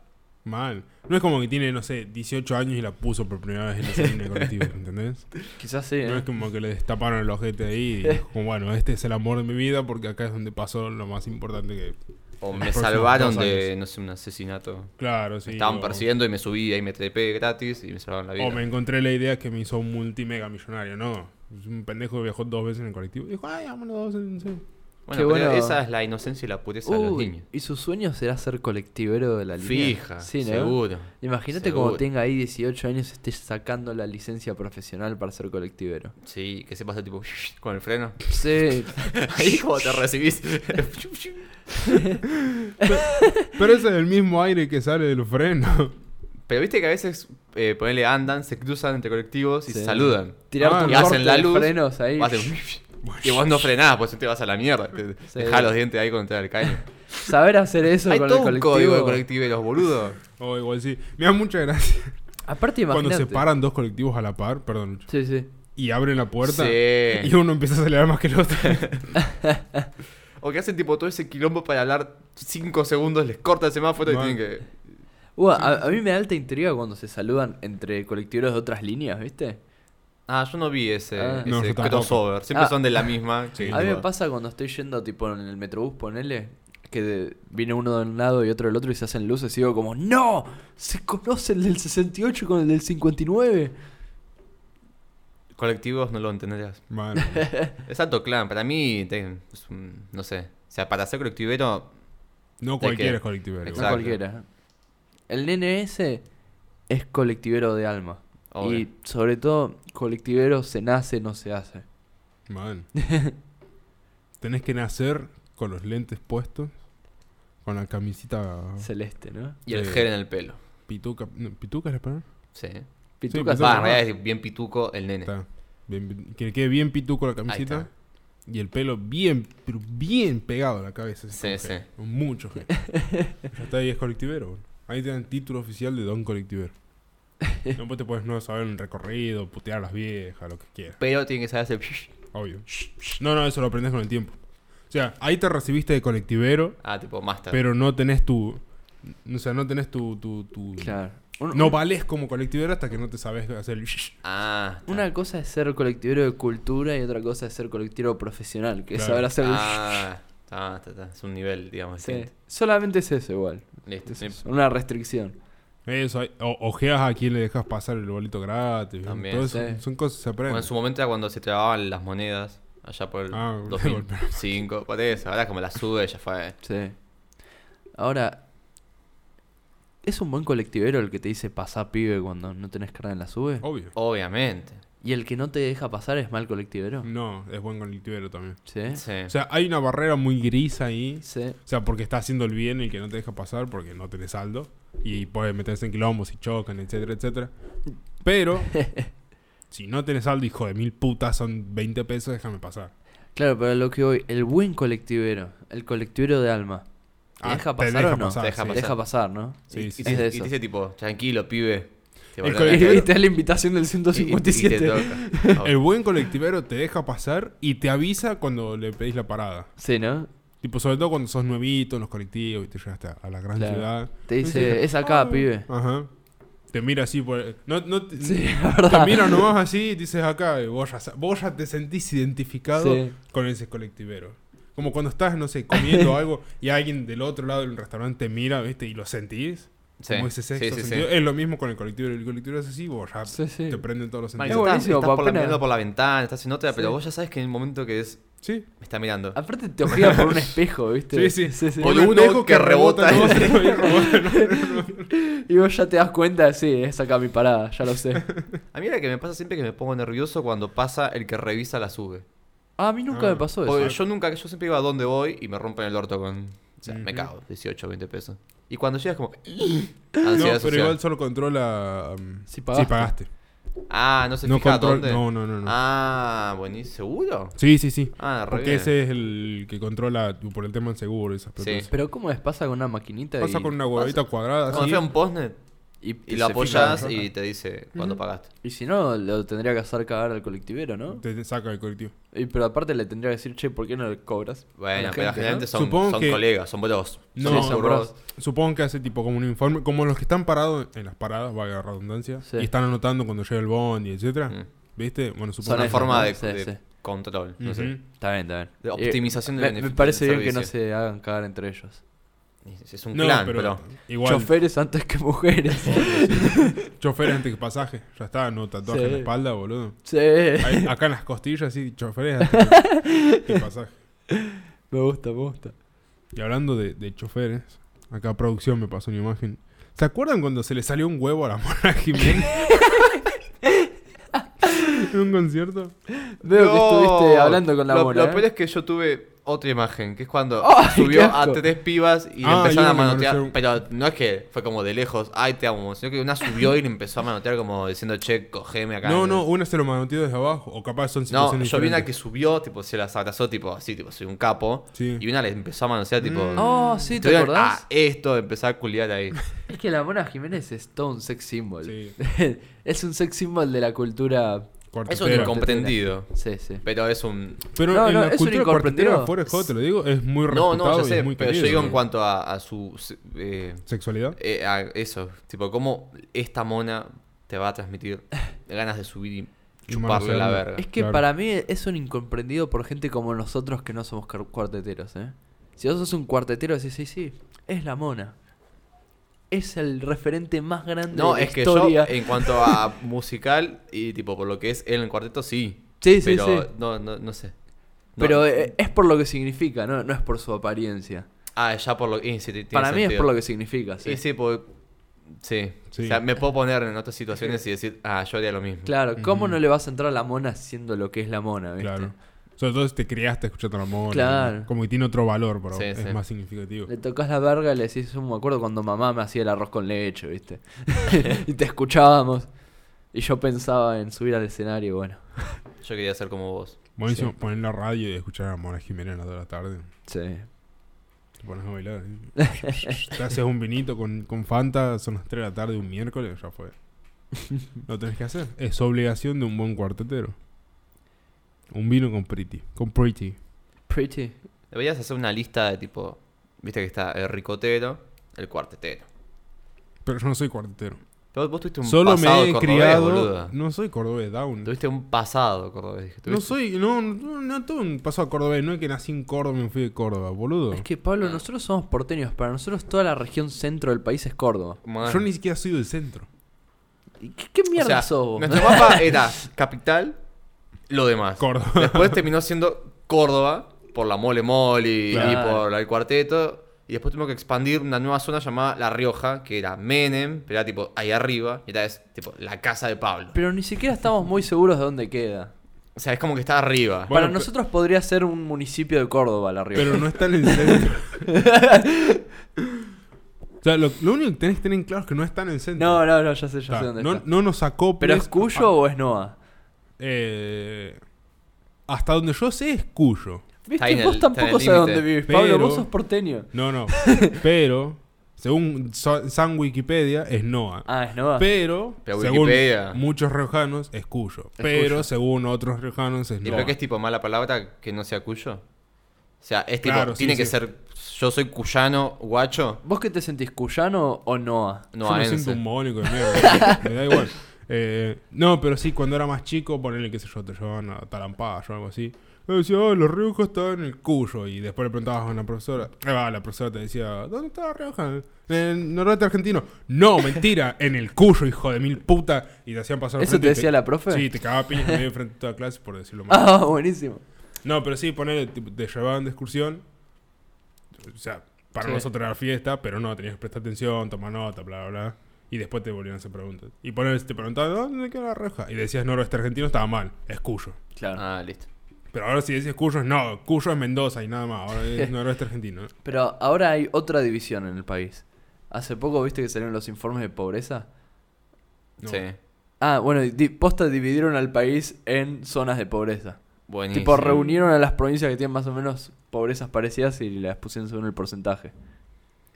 Speaker 3: Mal. No es como que tiene, no sé, 18 años y la puso por primera vez en esa línea de
Speaker 2: *laughs*
Speaker 3: colectivos, ¿entendés?
Speaker 1: Quizás sí. ¿eh?
Speaker 3: No es como que le destaparon el ojete ahí y dijo, como, bueno, este es el amor de mi vida porque acá es donde pasó lo más importante que
Speaker 2: O
Speaker 3: En
Speaker 2: me
Speaker 3: los próximos
Speaker 2: salvaron
Speaker 3: dos
Speaker 2: de,
Speaker 3: años.
Speaker 2: no sé, un asesinato.
Speaker 3: Claro, sí.
Speaker 2: me estaban
Speaker 3: o-
Speaker 2: persiguiendo y me subí y me trepé gratis y me salvaron la vida.
Speaker 3: O me encontré la idea que me hizo un multimega millonario, ¿no? Un pendejo que viajó dos veces en el colectivo. Dijo, ay, vámonos dos veces, no sé.
Speaker 1: Qué
Speaker 2: Bueno, pero
Speaker 1: bueno.
Speaker 2: esa es la inocencia y la pureza de los
Speaker 1: Uy,
Speaker 2: niños.
Speaker 1: y su sueño será ser colectivero de ¿eh? la línea.
Speaker 2: Fija,
Speaker 1: Sí, ¿no?
Speaker 2: seguro.
Speaker 1: Imagínate
Speaker 2: Seguro.
Speaker 1: como tenga ahí 18 años esté sacando la licencia profesional para ser colectivero.
Speaker 2: Sí, que se pasa tipo *laughs* con
Speaker 1: *laughs*
Speaker 2: el freno.
Speaker 1: Sí.
Speaker 2: Ahí como te recibís. *laughs*
Speaker 3: Pero ese es el mismo aire que sale del freno.
Speaker 2: Pero viste que a veces, eh, ponele, andan, se cruzan entre colectivos y
Speaker 1: Sí.
Speaker 2: se saludan.
Speaker 1: Tirar
Speaker 3: Ah,
Speaker 1: tu
Speaker 3: y
Speaker 1: corte
Speaker 2: hacen la
Speaker 1: de
Speaker 2: luz,
Speaker 1: frenos ahí.
Speaker 2: Vas de- *laughs* *laughs* y vos no frenás, pues te vas a la mierda. Te te
Speaker 1: Sí.
Speaker 2: dejás los dientes ahí contra el caño.
Speaker 1: Saber hacer eso
Speaker 2: Hay
Speaker 1: con
Speaker 2: todo
Speaker 1: el
Speaker 2: un código de
Speaker 1: colectivo.
Speaker 2: colectivo y los boludos.
Speaker 3: O Oh, igual sí. Me da mucha gracia.
Speaker 1: Aparte imagínate.
Speaker 3: Cuando se paran dos colectivos a la par, perdón, Lucho,
Speaker 1: Sí, sí.
Speaker 3: y abren la puerta y
Speaker 1: *laughs*
Speaker 2: Sí.
Speaker 3: uno empieza a acelerar más que el
Speaker 2: *laughs*
Speaker 3: otro.
Speaker 2: O que hacen tipo todo ese quilombo para hablar 5 segundos, les corta el semáforo y
Speaker 3: Man.
Speaker 2: tienen que.
Speaker 1: Ua, a, a mí me da alta intriga cuando se saludan entre colectiveros de otras líneas, ¿viste?
Speaker 2: Ah, yo no vi ese,
Speaker 1: Ah.
Speaker 2: ese
Speaker 3: No, yo tampoco.
Speaker 2: crossover. Siempre
Speaker 1: Ah.
Speaker 2: son de
Speaker 1: *laughs*
Speaker 2: la misma.
Speaker 3: Sí.
Speaker 1: A mí me
Speaker 2: Tipo,
Speaker 1: pasa cuando estoy yendo tipo en el metrobús, ponele, que de- viene uno de un lado y otro del otro y se hacen luces y digo como, ¡No! Se conoce el del 68 con el del 59.
Speaker 2: Colectivos no lo entenderías.
Speaker 3: Mano.
Speaker 2: Es alto clan. Para mí, te- es un- no sé. O sea, para ser colectivero,
Speaker 3: No
Speaker 2: ¿De
Speaker 3: cualquiera
Speaker 2: qué?
Speaker 3: es colectivero.
Speaker 1: No
Speaker 2: Exacto.
Speaker 1: cualquiera. El nene ese es colectivero de alma.
Speaker 2: Obvio.
Speaker 1: Y sobre todo, colectivero se nace, no se hace.
Speaker 2: *laughs*
Speaker 3: Man. Tenés que nacer con los lentes puestos, con la camisita
Speaker 1: Celeste, ¿no?
Speaker 2: y el
Speaker 3: Sí.
Speaker 2: gel en el pelo.
Speaker 3: pituca. no, ¿Pituca es la palabra?
Speaker 2: Sí.
Speaker 1: Pituca
Speaker 3: pues
Speaker 1: se
Speaker 2: Va,
Speaker 3: es
Speaker 2: en
Speaker 1: llama.
Speaker 2: realidad es bien pituco el nene.
Speaker 3: Está. Bien- que le quede bien pituco la camisita.
Speaker 2: está.
Speaker 3: Y el pelo bien, pero bien pegado a la cabeza. así
Speaker 2: Sí,
Speaker 3: con
Speaker 2: sí.
Speaker 3: gel, con
Speaker 2: *laughs*
Speaker 3: Mucho gel. ya está ahí, es colectivero. boludo. Ahí tienen título oficial de
Speaker 2: *laughs*
Speaker 3: don colectivero. No pues te puedes no saber un recorrido, putear a las viejas, lo que quieras.
Speaker 2: Pero tiene que saber hacer. *laughs*
Speaker 3: Obvio. No, no, eso lo aprendes con el tiempo. O sea, ahí te recibiste de colectivero,
Speaker 2: Ah, tipo, master.
Speaker 3: pero no tenés tu. O sea, no tenés tu. tu, tu-
Speaker 1: Claro. Un-
Speaker 3: No valés como colectivero hasta que no te sabes hacer el.
Speaker 2: Ah. está.
Speaker 1: Una cosa es ser colectivero de cultura y otra cosa es ser colectivero profesional, que es
Speaker 3: Claro.
Speaker 1: saber hacer... *laughs*
Speaker 2: Ah, está, está, está. Es un nivel, digamos.
Speaker 1: Sí.
Speaker 2: distinto.
Speaker 1: Solamente es eso igual.
Speaker 2: Listo.
Speaker 1: Es
Speaker 2: sí.
Speaker 1: eso, una restricción.
Speaker 3: Eso, hay- o, ojeas a quien le dejas pasar el bolito gratis.
Speaker 2: También,
Speaker 3: todo eso,
Speaker 1: sí.
Speaker 3: Son cosas que se
Speaker 2: Bueno,
Speaker 3: aprenden.
Speaker 1: Pues
Speaker 2: en su momento era cuando se trababan las monedas. Allá por el
Speaker 3: Ah, de *laughs*
Speaker 2: 2005. Por eso. Ahora como la sube, ya fue.
Speaker 1: Sí. Ahora, es un buen colectivero el que te dice pasá pibe cuando no tenés carne en la sube.
Speaker 3: Obvio.
Speaker 2: Obviamente.
Speaker 1: Y el que no te deja pasar es mal colectivero.
Speaker 3: No, es buen colectivero también.
Speaker 1: Sí. Sí.
Speaker 2: Sí.
Speaker 3: ¿Eh? O sea, hay una barrera muy gris ahí. O sea, porque está haciendo el bien el que no te deja pasar porque no tenés saldo. Y puedes meterse en quilombos y chocan, etcétera, etcétera.
Speaker 1: *laughs*
Speaker 3: Pero, si no tenés saldo, hijo de mil putas, son 20 pesos, déjame pasar.
Speaker 1: Claro, pero a lo que voy, el buen colectivero, el colectivero de alma, ¿te
Speaker 3: Ah,
Speaker 1: deja
Speaker 3: te
Speaker 1: pasar
Speaker 3: deja
Speaker 1: o no?
Speaker 3: pasar,
Speaker 1: te
Speaker 2: sí.
Speaker 1: deja pasar, ¿no?
Speaker 3: Sí,
Speaker 2: y,
Speaker 3: sí,
Speaker 2: y
Speaker 1: sí.
Speaker 2: te-
Speaker 1: Es
Speaker 2: y
Speaker 1: eso.
Speaker 2: te dice tipo, tranquilo, pibe. Te
Speaker 3: El
Speaker 1: Y,
Speaker 2: volverán a
Speaker 3: colectivero-
Speaker 1: *laughs*
Speaker 2: caer.
Speaker 1: y te da la invitación del
Speaker 2: Y- y- y te *laughs*
Speaker 1: 157.
Speaker 2: toca.
Speaker 3: *laughs* El buen colectivero te deja pasar y te avisa cuando le pedís la parada.
Speaker 1: Sí, ¿no?
Speaker 3: Tipo, sobre todo cuando sos nuevito en los colectivos y te llegaste a- a la gran
Speaker 1: Claro.
Speaker 3: ciudad.
Speaker 1: Te dice, es acá, pibe.
Speaker 3: Ajá. Te mira así por... No, no, te-
Speaker 1: Sí, la *laughs*
Speaker 3: Te
Speaker 1: verdad.
Speaker 3: miran nomás así y dices acá, eh, vos ya, sa- vos ya te sentís identificado
Speaker 1: Sí.
Speaker 3: con ese colectivero. Como cuando estás, no
Speaker 1: *laughs*
Speaker 3: sé, comiendo algo y alguien del otro lado del restaurante te mira, ¿viste? Y lo sentís.
Speaker 2: Sí,
Speaker 3: Como ese
Speaker 2: sí,
Speaker 3: sexto
Speaker 2: sí, sí.
Speaker 3: sentido. Es lo mismo con el colectivero. El colectivero es así, vos ya
Speaker 1: Sí, sí.
Speaker 3: te prenden todos los
Speaker 2: Man,
Speaker 1: Es
Speaker 3: sentidos.
Speaker 2: estás-
Speaker 1: buenísimo,
Speaker 2: estás por la,
Speaker 1: apenas-
Speaker 2: mirando por la ventana, estás en otra, pero
Speaker 1: Sí.
Speaker 2: vos ya sabes que en el momento que es,
Speaker 3: Sí.
Speaker 2: me está mirando.
Speaker 1: Aparte te ojea por un espejo, ¿viste?
Speaker 3: Sí, sí.
Speaker 1: sí.
Speaker 2: O
Speaker 3: Con
Speaker 2: de uno que
Speaker 3: en *laughs*
Speaker 2: rebota.
Speaker 3: otro
Speaker 1: *laughs*
Speaker 2: *laughs*
Speaker 3: y rebota en otro.
Speaker 1: Y vos ya te das cuenta, sí, es acá mi parada, ya lo
Speaker 3: *laughs*
Speaker 1: sé.
Speaker 2: A mí la que me pasa siempre que me pongo nervioso cuando pasa el que revisa la sube.
Speaker 1: Ah, a mí nunca
Speaker 3: Ah.
Speaker 1: me pasó eso.
Speaker 2: Porque yo nunca, yo siempre iba a donde voy y me rompen el orto con. O sea, me
Speaker 3: Ujú.
Speaker 2: cago, 18, 20 pesos. Y cuando
Speaker 1: *laughs*
Speaker 2: llegas como.
Speaker 3: No,
Speaker 2: Ansiedad
Speaker 3: pero
Speaker 2: social.
Speaker 3: igual solo controla um,
Speaker 1: Si pagaste.
Speaker 3: si pagaste.
Speaker 2: Ah, no se
Speaker 3: No
Speaker 2: fija
Speaker 3: control-
Speaker 2: dónde.
Speaker 3: no, no, no, no.
Speaker 2: Ah, buenísimo. ¿Seguro?
Speaker 3: Sí, sí, sí.
Speaker 2: Ah, re
Speaker 3: Porque
Speaker 2: bien.
Speaker 3: ese es el que controla tipo, por el tema del seguro y esas
Speaker 2: Sí.
Speaker 3: pelotas.
Speaker 1: Pero ¿cómo les pasa con una maquinita
Speaker 3: Pasa
Speaker 1: y,
Speaker 3: con una huevita cuadrada
Speaker 2: Cuando
Speaker 3: así.
Speaker 2: fue un postnet
Speaker 1: y,
Speaker 2: y
Speaker 1: y
Speaker 2: lo
Speaker 1: se
Speaker 2: apoyas
Speaker 1: fijan?
Speaker 2: y te dice cuándo pagaste.
Speaker 1: Y si no, lo tendría que hacer cagar al colectivero, ¿no?
Speaker 3: Te te saca del colectivo.
Speaker 1: Y, pero aparte le tendría que decir, che, ¿por qué no le cobras? a
Speaker 2: Bueno,
Speaker 1: la
Speaker 2: pero
Speaker 1: gente,
Speaker 2: generalmente
Speaker 1: no?
Speaker 2: son,
Speaker 3: Supongo
Speaker 2: son
Speaker 3: que-
Speaker 2: colegas, son bros.
Speaker 3: No,
Speaker 2: son,
Speaker 1: son
Speaker 2: bros.
Speaker 3: Supongo que hace tipo como un informe, como los que están parados en las paradas, valga la redundancia,
Speaker 1: Sí.
Speaker 3: y están anotando cuando llega el bond y etcétera.
Speaker 2: Mm.
Speaker 3: ¿Viste? Bueno,
Speaker 2: Son
Speaker 3: supongo
Speaker 2: una
Speaker 1: esos,
Speaker 2: forma
Speaker 1: ¿no?
Speaker 2: de,
Speaker 1: Sí,
Speaker 2: de
Speaker 1: sí.
Speaker 2: control. No
Speaker 3: Ujú.
Speaker 2: sé.
Speaker 1: Está bien, está bien.
Speaker 2: De
Speaker 1: Eh,
Speaker 2: optimización del
Speaker 1: me, me
Speaker 2: beneficio
Speaker 1: parece
Speaker 2: del
Speaker 1: bien que no
Speaker 2: servicio.
Speaker 1: se hagan cagar entre ellos.
Speaker 2: Es, es un clan, pero...
Speaker 3: Igual,
Speaker 1: Choferes antes que
Speaker 3: *laughs*
Speaker 1: mujeres.
Speaker 3: chofer antes que pasaje. Ya está, no tatuaje en
Speaker 1: Sí.
Speaker 3: la espalda, boludo.
Speaker 1: sí. *laughs*
Speaker 3: Ahí- acá en las costillas, sí, choferes antes que pasaje.
Speaker 1: Me gusta, me gusta.
Speaker 3: Y hablando de, de choferes, acá producción me pasó una imagen. ¿Se acuerdan cuando se le salió un huevo a la *laughs* Mona
Speaker 1: *laughs*
Speaker 3: Jiménez? en un concierto.
Speaker 1: Veo que
Speaker 2: No.
Speaker 1: estuviste hablando con la
Speaker 2: lo,
Speaker 1: mona.
Speaker 2: Lo
Speaker 1: ¿eh?
Speaker 2: peor es que yo tuve otra imagen, que es cuando
Speaker 1: *laughs* Ay, qué
Speaker 2: subió a
Speaker 1: asco.
Speaker 2: tres pibas y le
Speaker 3: Ah,
Speaker 2: empezaron
Speaker 3: yo
Speaker 2: a
Speaker 3: me
Speaker 2: manotear.
Speaker 3: pareció-
Speaker 2: Pero no es que fue como de lejos, ay, te amo, sino que una subió y le empezó a manotear como diciendo, che, cogeme acá.
Speaker 3: No, no, una se lo manoteó desde abajo. O capaz son
Speaker 2: No,
Speaker 3: situaciones
Speaker 2: yo vi una que
Speaker 3: diferentes.
Speaker 2: subió, tipo, se las abrazó, tipo, así, tipo, soy un capo.
Speaker 3: Sí.
Speaker 2: Y una le empezó a manosear, tipo.
Speaker 3: Mm.
Speaker 1: Oh, sí, ¿te
Speaker 2: estuvieron
Speaker 1: acordás?
Speaker 2: A esto, empezar a culiar ahí.
Speaker 1: Es que la Mona Jiménez es todo un sex symbol.
Speaker 3: Sí. *laughs*
Speaker 1: es un sex symbol de la cultura.
Speaker 2: es un
Speaker 3: Cuartetera.
Speaker 1: incom-
Speaker 2: incomprendido.
Speaker 1: Sí, sí.
Speaker 2: Pero es un.
Speaker 3: Pero
Speaker 1: No,
Speaker 3: en
Speaker 1: no,
Speaker 3: la
Speaker 1: es un
Speaker 3: cultura cuartetera,
Speaker 1: incomprendido.
Speaker 3: fuera de juego, te lo digo, es muy
Speaker 2: No,
Speaker 3: respetado
Speaker 2: no, ya
Speaker 3: y
Speaker 2: sé,
Speaker 3: es muy
Speaker 2: pero yo
Speaker 3: querido.
Speaker 2: digo en cuanto a, a su. eh,
Speaker 3: ¿Sexualidad?
Speaker 2: Eh, a eso, tipo, cómo esta mona te va
Speaker 1: *laughs*
Speaker 2: a transmitir ganas de subir y
Speaker 3: Y
Speaker 2: chuparle la
Speaker 3: manosearle.
Speaker 2: verga.
Speaker 1: Es que
Speaker 3: Claro.
Speaker 1: para mí es un incomprendido por gente como nosotros que no somos cuar- cuarteteros, ¿eh? Si vos sos un cuartetero, decís, sí, sí, es la Mona. Es el referente más grande
Speaker 2: No,
Speaker 1: de la
Speaker 2: es que
Speaker 1: historia.
Speaker 2: yo, en
Speaker 1: *laughs*
Speaker 2: cuanto a musical y tipo, por lo que es él en el cuarteto, sí.
Speaker 1: Sí, sí,
Speaker 2: pero
Speaker 1: sí.
Speaker 2: No, no, no sé. No.
Speaker 1: Pero eh, es por lo que significa, no, no es por su apariencia.
Speaker 2: Ah, ya por lo que. sí, tiene
Speaker 1: para mí es
Speaker 2: sentido.
Speaker 1: por lo que significa, sí.
Speaker 2: Sí, sí, porque- sí.
Speaker 3: Sí.
Speaker 2: O sea, me puedo poner en otras situaciones y decir, ah, yo haría lo mismo.
Speaker 1: Claro, ¿cómo
Speaker 3: Ujú.
Speaker 1: no le vas a entrar a la Mona siendo lo que es la Mona, viste?
Speaker 3: Claro. Sobre todo si te criaste escuchando la mona.
Speaker 1: Claro.
Speaker 3: ¿no? Como que tiene otro valor, pero
Speaker 2: Sí,
Speaker 3: es
Speaker 2: sí.
Speaker 3: más significativo.
Speaker 1: Le tocas la verga y le decís, "Yo me acuerdo cuando mamá me hacía el arroz con leche, ¿viste? *laughs* y te escuchábamos. Y yo pensaba en subir al escenario, y bueno.
Speaker 2: Yo quería ser como vos.
Speaker 3: Buenísimo, poner la radio y escuchar a Mona Jiménez a las 2 de la tarde.
Speaker 1: Sí. *laughs*
Speaker 3: Te pones a
Speaker 2: *laughs*
Speaker 3: bailar. ¿eh? te haces un vinito con, con Fanta, son las 3 de la tarde un miércoles,
Speaker 2: *laughs*
Speaker 3: ya fue. Lo tenés que hacer. Es obligación de un buen cuartetero. Un vino con Pretty. Con Pretty.
Speaker 1: Pretty.
Speaker 2: Deberías hacer una lista de tipo. Viste que está el ricotero, el cuartetero.
Speaker 3: Pero yo no soy cuartetero.
Speaker 2: Pero vos tuviste un
Speaker 3: Solo me
Speaker 2: pasado
Speaker 3: he
Speaker 2: cordobés,
Speaker 3: criado.
Speaker 2: boludo.
Speaker 3: No soy cordobés, Down.
Speaker 2: Tuviste un pasado, cordobés. dije,
Speaker 3: No
Speaker 2: tuviste-
Speaker 3: soy, no, no, no tuve un paso a cordobés, no es que nací en Córdoba y me fui de Córdoba, boludo.
Speaker 1: Es que Pablo, nosotros somos porteños. Para nosotros toda la región centro del país es Córdoba.
Speaker 2: Bueno.
Speaker 3: Yo ni siquiera soy del centro.
Speaker 1: ¿Y ¿Qué, qué
Speaker 2: O
Speaker 1: mierda
Speaker 2: sea,
Speaker 1: sos vos?
Speaker 2: Nuestro
Speaker 3: *laughs*
Speaker 2: mapa era capital, lo demás.
Speaker 3: Córdoba.
Speaker 2: Después terminó siendo Córdoba por la mole mole y-
Speaker 1: Claro.
Speaker 2: y por el cuarteto. Y después tuvimos que expandir una nueva zona llamada La Rioja, que era Menem, pero era tipo ahí arriba, y era es, tipo la casa de Pablo.
Speaker 1: *laughs* Pero ni siquiera estamos muy seguros de dónde queda.
Speaker 2: O sea, es como que está arriba.
Speaker 3: Bueno,
Speaker 1: Para
Speaker 3: pe-
Speaker 1: nosotros podría ser un municipio de Córdoba, la Rioja.
Speaker 3: *laughs* Pero no está en el
Speaker 2: *laughs*
Speaker 3: centro. o sea, lo, lo único que tenés que tener claro es que no está en el centro.
Speaker 1: *laughs* No, no, no, ya sé,
Speaker 3: O
Speaker 1: ya
Speaker 3: sea,
Speaker 1: sé dónde
Speaker 3: no,
Speaker 1: está.
Speaker 3: no nos sacó
Speaker 1: ¿Pero
Speaker 3: pres-
Speaker 1: es Cuyo
Speaker 3: a-
Speaker 1: o es Noa?
Speaker 3: eh, hasta donde yo sé es Cuyo.
Speaker 1: Viste,
Speaker 2: ahí en
Speaker 1: vos
Speaker 2: el- está en el
Speaker 1: tampoco sabés
Speaker 2: límite.
Speaker 1: dónde vivís,
Speaker 3: Pero-
Speaker 1: Pablo, vos sos porteño. *laughs*
Speaker 3: No, no. pero, según Sa- San Wikipedia, es Noa.
Speaker 1: Ah, es Noa.
Speaker 3: Pero,
Speaker 2: Pero
Speaker 3: según
Speaker 2: Wikipedia.
Speaker 3: muchos riojanos, es Cuyo. pero,
Speaker 2: Cuyo.
Speaker 3: según otros riojanos, es
Speaker 2: ¿Y
Speaker 3: Noa.
Speaker 2: pero que es tipo mala palabra que no sea cuyo? O sea, es tipo,
Speaker 3: Claro, sí,
Speaker 2: tiene que
Speaker 3: sí.
Speaker 2: ser, yo soy cuyano, guacho,
Speaker 1: ¿Vos qué te sentís, cuyano o Noa?
Speaker 2: no
Speaker 3: Yo me siento un mogólico de mierda. me
Speaker 1: *laughs*
Speaker 3: da igual. Eh, no, pero sí, cuando era más chico, ponerle, qué sé yo, te llevaban a Tarampaya o algo así. Me decía, oh, los Riojos estaban en el Cuyo. Y después le preguntabas a una profesora. Eh, va, la profesora te decía, ¿dónde estaba Rioja? En el noroeste argentino. No, mentira, *laughs* en el Cuyo, hijo de mil puta. Y te hacían pasar al
Speaker 1: ¿Eso
Speaker 3: frente
Speaker 1: te
Speaker 3: y
Speaker 1: decía la profe?
Speaker 3: Sí, te cagaba piñas en medio frente a toda clase,
Speaker 1: *laughs*
Speaker 3: por decirlo mal.
Speaker 1: Ah, buenísimo.
Speaker 3: No, pero sí, poner te llevaban de excursión. O sea, para
Speaker 1: Sí.
Speaker 3: nosotros era fiesta, pero no, tenías que prestar atención, tomar nota, bla, bla, bla. Y después te volvían a hacer preguntas. Y poner, te preguntaban, ¿dónde queda la reja? Y decías noroeste argentino, estaba mal, es Cuyo.
Speaker 1: Claro.
Speaker 2: Ah, listo.
Speaker 3: Pero ahora si decís Cuyo, es no, Cuyo es Mendoza y nada más, ahora es noroeste argentino. ¿eh?
Speaker 1: Pero ahora hay otra división en el país. Hace poco viste que salieron los informes de pobreza.
Speaker 3: No.
Speaker 2: Sí.
Speaker 1: Ah, bueno, di- posta dividieron al país en zonas de pobreza.
Speaker 2: Buenísimo.
Speaker 1: Tipo, reunieron a las provincias que tienen más o menos pobrezas parecidas y las pusieron según el porcentaje.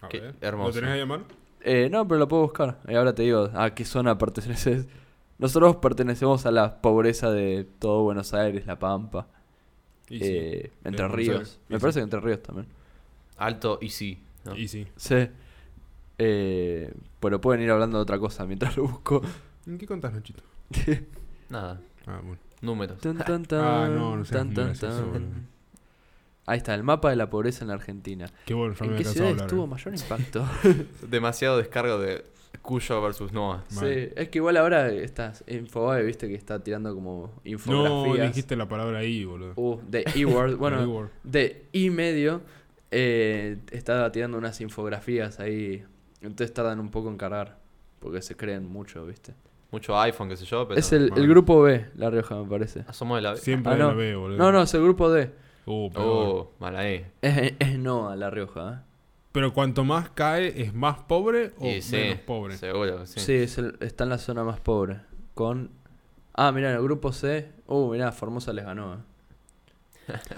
Speaker 3: A
Speaker 2: Qué
Speaker 3: ver,
Speaker 2: hermoso.
Speaker 3: ¿Lo tenés ahí a mano?
Speaker 1: Eh, no, pero lo puedo buscar. Y ahora te digo a qué zona perteneces. Nosotros pertenecemos a la pobreza de todo Buenos Aires, La Pampa,
Speaker 3: Y
Speaker 1: eh, Entre
Speaker 3: Buenos
Speaker 1: Ríos.
Speaker 3: Aires. Y
Speaker 1: Me
Speaker 3: sí.
Speaker 1: parece que Entre Ríos también.
Speaker 2: Alto y sí. ¿no?
Speaker 3: sí. Y sí.
Speaker 1: Sí. Eh, pero pueden ir hablando de otra cosa mientras lo
Speaker 3: *laughs*
Speaker 1: busco.
Speaker 3: ¿En qué contás, Nachito?
Speaker 2: Nada.
Speaker 3: Ah, bueno.
Speaker 2: Números.
Speaker 1: Tan, tan,
Speaker 3: Ah,
Speaker 1: tan,
Speaker 3: no, no seas
Speaker 1: tan,
Speaker 3: muy
Speaker 1: tan,
Speaker 3: gracioso,
Speaker 1: tan.
Speaker 3: boludo.
Speaker 1: Ahí está, el mapa de la pobreza en la Argentina.
Speaker 3: Qué bueno, ya
Speaker 1: ¿En
Speaker 3: me
Speaker 1: qué
Speaker 3: cansado
Speaker 1: ciudad
Speaker 3: de hablar.
Speaker 1: estuvo
Speaker 3: eh.
Speaker 1: mayor
Speaker 3: *laughs*
Speaker 1: impacto?
Speaker 2: Demasiado descargo de Cuyo versus Noah.
Speaker 1: sí,
Speaker 3: Mal.
Speaker 1: es que igual ahora estás Infobae, viste que está tirando como
Speaker 3: No
Speaker 1: infografías.
Speaker 3: dijiste la palabra ahí, boludo.
Speaker 1: Uh, de E-Word,
Speaker 3: *laughs* Ahí,
Speaker 1: bueno,
Speaker 3: boludo.
Speaker 1: de y medio eh, está tirando unas infografías ahí. Entonces tardan un poco en cargar. Porque se creen mucho, ¿viste?
Speaker 2: Mucho iPhone, qué sé yo, pero.
Speaker 1: es el,
Speaker 3: bueno.
Speaker 1: el grupo B, La Rioja, me parece.
Speaker 2: Ah, Somos de la.
Speaker 3: Siempre
Speaker 1: Ah, no.
Speaker 3: la veo, boludo.
Speaker 1: No, no, es el grupo D.
Speaker 3: Uh, peor.
Speaker 2: Oh, mal ahí.
Speaker 1: Es, es no a La Rioja, ¿eh?
Speaker 3: Pero cuanto más cae, ¿es más pobre o
Speaker 2: Y sí,
Speaker 3: menos pobre?
Speaker 2: Seguro, sí.
Speaker 1: Oh, Sí, es el- está en la zona más pobre. Con. Ah, mirá, el grupo C. Uh, mirá, Formosa les ganó, ¿eh?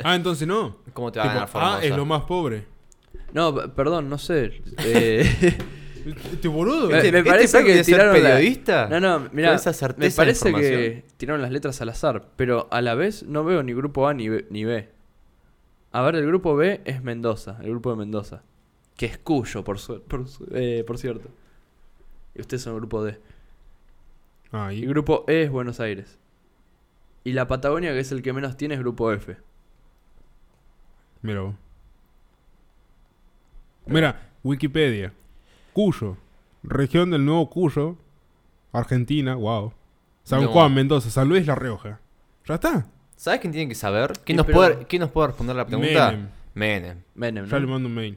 Speaker 3: Ah, entonces no.
Speaker 2: ¿Cómo te va a
Speaker 3: Tipo,
Speaker 2: ganar Formosa?
Speaker 3: ah, es lo más pobre.
Speaker 1: No, p- perdón, no sé. Eh, *laughs*
Speaker 3: Este boludo.
Speaker 1: me-
Speaker 2: Eh,
Speaker 1: me
Speaker 2: ¿este
Speaker 1: parece
Speaker 2: Pepe
Speaker 1: que
Speaker 2: de ser
Speaker 1: tiraron. la-
Speaker 2: periodista?
Speaker 1: No, no, mira.
Speaker 2: esa certeza
Speaker 1: Me
Speaker 2: de
Speaker 1: parece que
Speaker 2: información.
Speaker 1: tiraron las letras al azar, pero a la vez no veo ni grupo A ni B. Ni B. A ver, el grupo B es Mendoza, el grupo de Mendoza. Que es Cuyo, por, su- por, su- eh, por cierto. Y ustedes son grupo D.
Speaker 3: Ah,
Speaker 1: Y
Speaker 3: y-
Speaker 1: grupo E es Buenos Aires. Y la Patagonia, que es el que menos tiene, es grupo F.
Speaker 3: mira vos. Mira, Wikipedia. Cuyo. Región del Nuevo Cuyo. Argentina, wow. San
Speaker 2: No.
Speaker 3: Juan, Mendoza, San Luis, La Rioja. Ya está.
Speaker 2: ¿Sabes quién tiene que saber? ¿Quién,
Speaker 1: Y
Speaker 2: nos,
Speaker 1: pero-
Speaker 2: puede, quién nos puede responder la pregunta?
Speaker 3: Menem.
Speaker 2: Menem.
Speaker 1: Menem,
Speaker 3: Ya le
Speaker 1: ¿no?
Speaker 3: mando un mail.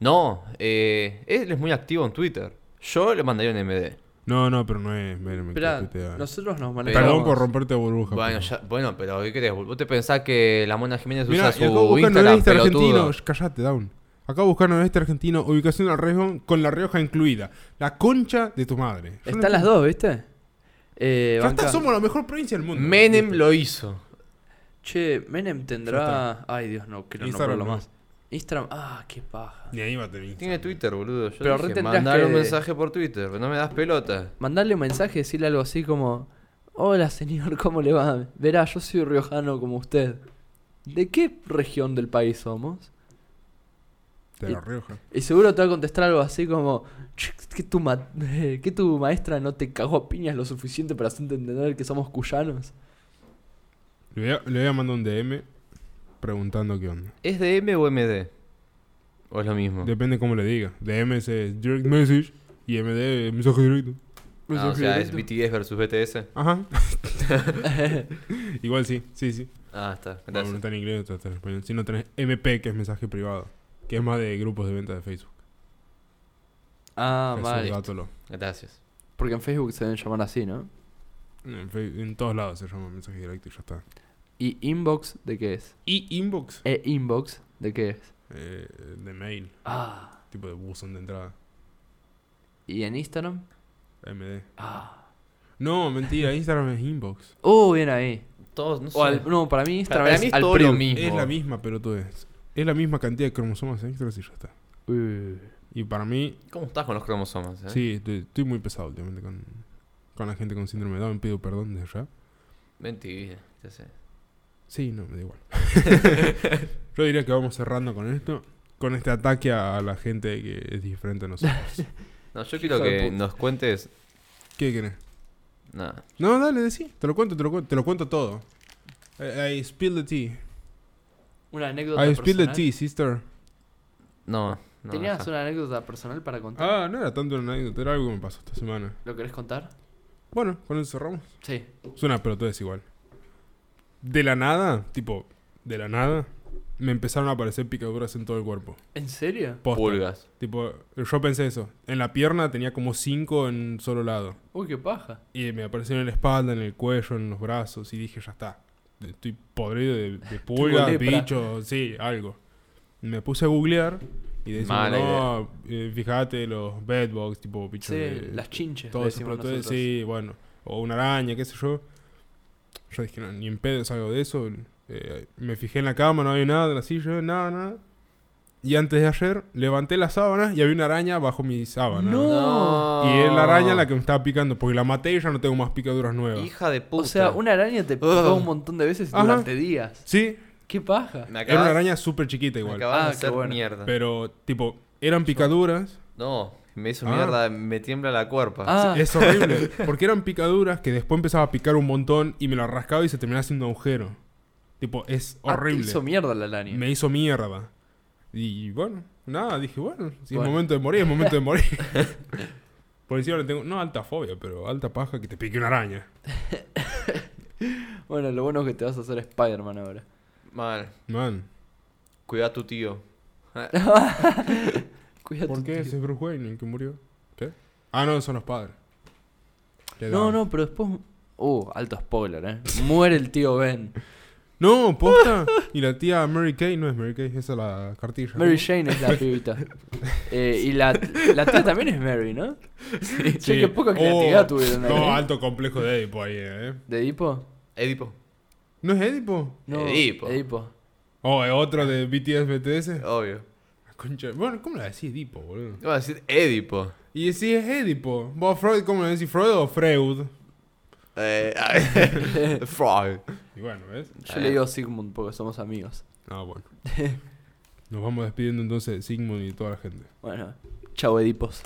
Speaker 2: No, eh, él es muy activo en Twitter. Yo le mandaría un MD.
Speaker 3: No, no, pero no es Menem. el
Speaker 1: Esperá,
Speaker 3: que te da.
Speaker 1: nosotros nos manejamos.
Speaker 3: Perdón por romperte la burbuja.
Speaker 2: Bueno,
Speaker 3: pero-
Speaker 2: ya, bueno, pero ¿qué crees? ¿Vos te pensás que la Mona Jiménez
Speaker 3: Mirá,
Speaker 2: usa su
Speaker 3: y acabo buscando en el
Speaker 2: Instagram
Speaker 3: este argentino.
Speaker 2: pelotudo?
Speaker 3: Sh, Callate, down. Acabo buscando en el este argentino ubicación de la Rioja con La Rioja incluida. La concha de tu madre. Yo
Speaker 1: Están
Speaker 3: no
Speaker 1: las
Speaker 3: entiendo.
Speaker 1: dos, ¿viste? Eh,
Speaker 3: Ya
Speaker 1: banca.
Speaker 3: está, somos la mejor provincia del mundo.
Speaker 2: Menem
Speaker 3: Listo.
Speaker 2: lo hizo.
Speaker 1: Che, Menem tendrá. Ay, Dios, no quiero
Speaker 3: Instagram
Speaker 1: nombrarlo
Speaker 3: no.
Speaker 1: más. Instagram, ah, qué paja.
Speaker 3: Ni ahí va a tener
Speaker 2: Tiene
Speaker 3: Instagram.
Speaker 2: Twitter, boludo. Yo
Speaker 1: Pero
Speaker 2: pero
Speaker 1: re
Speaker 2: dije,
Speaker 1: tendrás
Speaker 2: mandale un
Speaker 1: que-
Speaker 2: mensaje por Twitter, pero no me das pelota.
Speaker 1: Mandarle un mensaje, decirle algo así como: Hola, señor, *laughs* ¿cómo le va? Verá, yo soy riojano como usted. ¿De qué región del país somos?
Speaker 3: De La Rioja.
Speaker 1: Y seguro te va a contestar algo así como: "Che, ¿Que tu, ma- *laughs* que tu maestra no te cagó a piñas lo suficiente para hacerte entender que somos cuyanos?
Speaker 3: Le voy, a, le voy a mandar un DM preguntando qué onda.
Speaker 2: ¿Es DM o MD? ¿O es lo mismo?
Speaker 3: Depende cómo le diga. DM es eh, direct message y MD es mensaje directo.
Speaker 2: Ah, o sea, es BTS versus BTS.
Speaker 3: Ajá. *laughs* Igual sí, sí, sí.
Speaker 2: Ah, está.
Speaker 3: Bueno, no
Speaker 2: Gracias.
Speaker 3: está en inglés, está está en español. Si no tenés MP, que es mensaje privado, que es más de grupos de venta de Facebook.
Speaker 1: *laughs* Ah,
Speaker 3: Jesús,
Speaker 1: vale.
Speaker 3: dátelo.
Speaker 2: Gracias.
Speaker 1: Porque en Facebook se deben llamar así, ¿no?
Speaker 3: En, fe- en todos lados se llama mensaje directo y ya está.
Speaker 1: ¿Y inbox de qué es?
Speaker 3: Y inbox
Speaker 1: ¿E inbox de qué es?
Speaker 3: eh, de mail,
Speaker 1: Ah.
Speaker 3: tipo de buzón de entrada.
Speaker 1: ¿Y en Instagram?
Speaker 3: MD.
Speaker 1: Ah.
Speaker 3: No, mentira, Instagram es inbox.
Speaker 1: Uh, bien ahí.
Speaker 2: Todos, no
Speaker 1: O al-
Speaker 2: sé.
Speaker 1: no, para mí Instagram
Speaker 2: Para
Speaker 1: es
Speaker 2: mí es
Speaker 1: al
Speaker 2: todo lo
Speaker 1: priu.
Speaker 2: mismo.
Speaker 3: Es la misma, pero tú es. Es la misma cantidad de cromosomas extras y ya está.
Speaker 1: Uh,
Speaker 3: Y para mí,
Speaker 2: ¿Cómo estás con los cromosomas? eh?
Speaker 3: sí, estoy, estoy muy pesado últimamente con, con la gente con síndrome de Down. Pido perdón desde ya.
Speaker 2: Mentira, ya sé.
Speaker 3: Sí, no, me da igual. Yo diría que vamos cerrando con esto. Con este ataque a a la gente que es diferente
Speaker 1: *laughs*
Speaker 3: a nosotros.
Speaker 2: No, yo quiero
Speaker 1: Hijo de
Speaker 2: que
Speaker 1: puta.
Speaker 2: nos cuentes.
Speaker 3: ¿Qué querés?
Speaker 2: Nada.
Speaker 3: No, dale, decí. Te lo cuento, te lo cuento, te lo cuento todo. I, I spill the tea.
Speaker 1: una anécdota
Speaker 3: I spill the
Speaker 1: personal.
Speaker 3: tea, sister.
Speaker 2: No, no.
Speaker 1: ¿Tenías
Speaker 2: deja.
Speaker 1: una anécdota personal para contar?
Speaker 3: Ah, no era tanto una anécdota, era algo que me pasó esta semana.
Speaker 1: ¿Lo querés contar?
Speaker 3: Bueno, con eso cerramos.
Speaker 1: Sí.
Speaker 3: Es una pelotudez igual. De la nada, tipo, de la nada, me empezaron a aparecer picaduras en todo el cuerpo.
Speaker 1: ¿En serio?
Speaker 3: Posta.
Speaker 2: Pulgas.
Speaker 3: Tipo, yo pensé eso. En la pierna tenía como cinco en un solo lado.
Speaker 1: Uy, qué paja.
Speaker 3: Y me aparecieron en la espalda, en el cuello, en los brazos. Y dije, ya está. Estoy podrido
Speaker 1: *laughs*
Speaker 3: de, de pulgas,
Speaker 1: lepra.
Speaker 3: bichos, sí, algo. Me puse a googlear y decían,
Speaker 2: Mala
Speaker 3: no, eh, fíjate los bedbugs, tipo bichos
Speaker 1: Sí,
Speaker 3: de-
Speaker 1: las chinches.
Speaker 3: eh, todo
Speaker 1: le
Speaker 3: eso,
Speaker 1: decimos
Speaker 3: pero todo-
Speaker 1: nosotros.
Speaker 3: sí, bueno, o una araña, qué sé yo. Yo dije, no, ni en pedo salgo de eso. Eh, me fijé en la cama, no había nada, en la silla, nada, nada. Y antes de ayer levanté las sábanas y había una araña bajo mi sábana.
Speaker 1: No.
Speaker 3: Y es la araña la que me estaba picando, porque la maté y ya no tengo más picaduras nuevas.
Speaker 2: Hija de puta.
Speaker 1: O sea, una araña te picó
Speaker 2: Ugh.
Speaker 1: un montón de veces
Speaker 3: Oh. Ajá.
Speaker 1: durante días.
Speaker 3: Sí,
Speaker 1: ¿Qué paja?
Speaker 2: Me
Speaker 3: era
Speaker 2: acabas,
Speaker 3: una araña súper chiquita
Speaker 2: me
Speaker 3: igual.
Speaker 2: acabas
Speaker 1: Ah,
Speaker 2: de
Speaker 1: qué
Speaker 2: hacer
Speaker 1: bueno.
Speaker 2: mierda.
Speaker 3: Pero, tipo, eran picaduras.
Speaker 2: No, me hizo
Speaker 3: Ah.
Speaker 2: mierda, me tiembla la cuerpa.
Speaker 1: Ah,
Speaker 3: Es horrible. *laughs* Porque eran picaduras que después empezaba a picar un montón y me lo rascaba y se terminaba haciendo agujero. Tipo, es
Speaker 1: Ah, te
Speaker 3: horrible.
Speaker 1: hizo mierda la araña.
Speaker 3: Me hizo mierda. Y bueno, nada, dije, bueno, si
Speaker 1: Bueno.
Speaker 3: es momento de morir, es momento de morir. Por encima le tengo, no alta fobia, pero alta paja que te pique una araña.
Speaker 1: Bueno, lo bueno es que te vas a hacer Spider-Man ahora.
Speaker 2: Mal.
Speaker 3: Man,
Speaker 2: Cuida a tu tío.
Speaker 1: Cuida
Speaker 3: ¿por
Speaker 1: tu
Speaker 3: qué
Speaker 1: tío.
Speaker 3: ese es Bruce Wayne el que murió? ¿Qué? Ah, no, son los padres. Le
Speaker 1: No,
Speaker 3: daban.
Speaker 1: no, pero después. Uh, alto spoiler, eh. Muere el tío Ben.
Speaker 3: No, posta. y la tía Mary Kay no es Mary Kay, esa es la cartilla.
Speaker 1: Mary Jane
Speaker 3: *laughs*
Speaker 1: es la pibita. Eh, y la, la tía también es Mary, ¿no? Sí,
Speaker 3: Sí.
Speaker 1: qué poca
Speaker 3: Oh,
Speaker 1: creatividad tuvieron ahí.
Speaker 3: No,
Speaker 1: ¿eh?
Speaker 3: alto complejo de Edipo ahí, eh.
Speaker 1: ¿De Edipo?
Speaker 2: Edipo.
Speaker 3: ¿No es Edipo?
Speaker 1: No,
Speaker 2: Edipo.
Speaker 1: Edipo.
Speaker 3: Oh, es otro de BTS BTS.
Speaker 2: Obvio.
Speaker 3: Concha- Bueno, ¿cómo la decís Edipo, boludo?
Speaker 2: Iba a decir Edipo.
Speaker 3: Y si es Edipo. ¿Vos Freud cómo le decís Freud o Freud?
Speaker 2: Eh, *laughs* Freud.
Speaker 3: Y bueno, ¿ves?
Speaker 1: Yo le digo Sigmund porque somos amigos.
Speaker 3: Ah, *laughs* bueno. Nos vamos despidiendo entonces de Sigmund y toda la gente.
Speaker 1: Bueno, chau Edipos.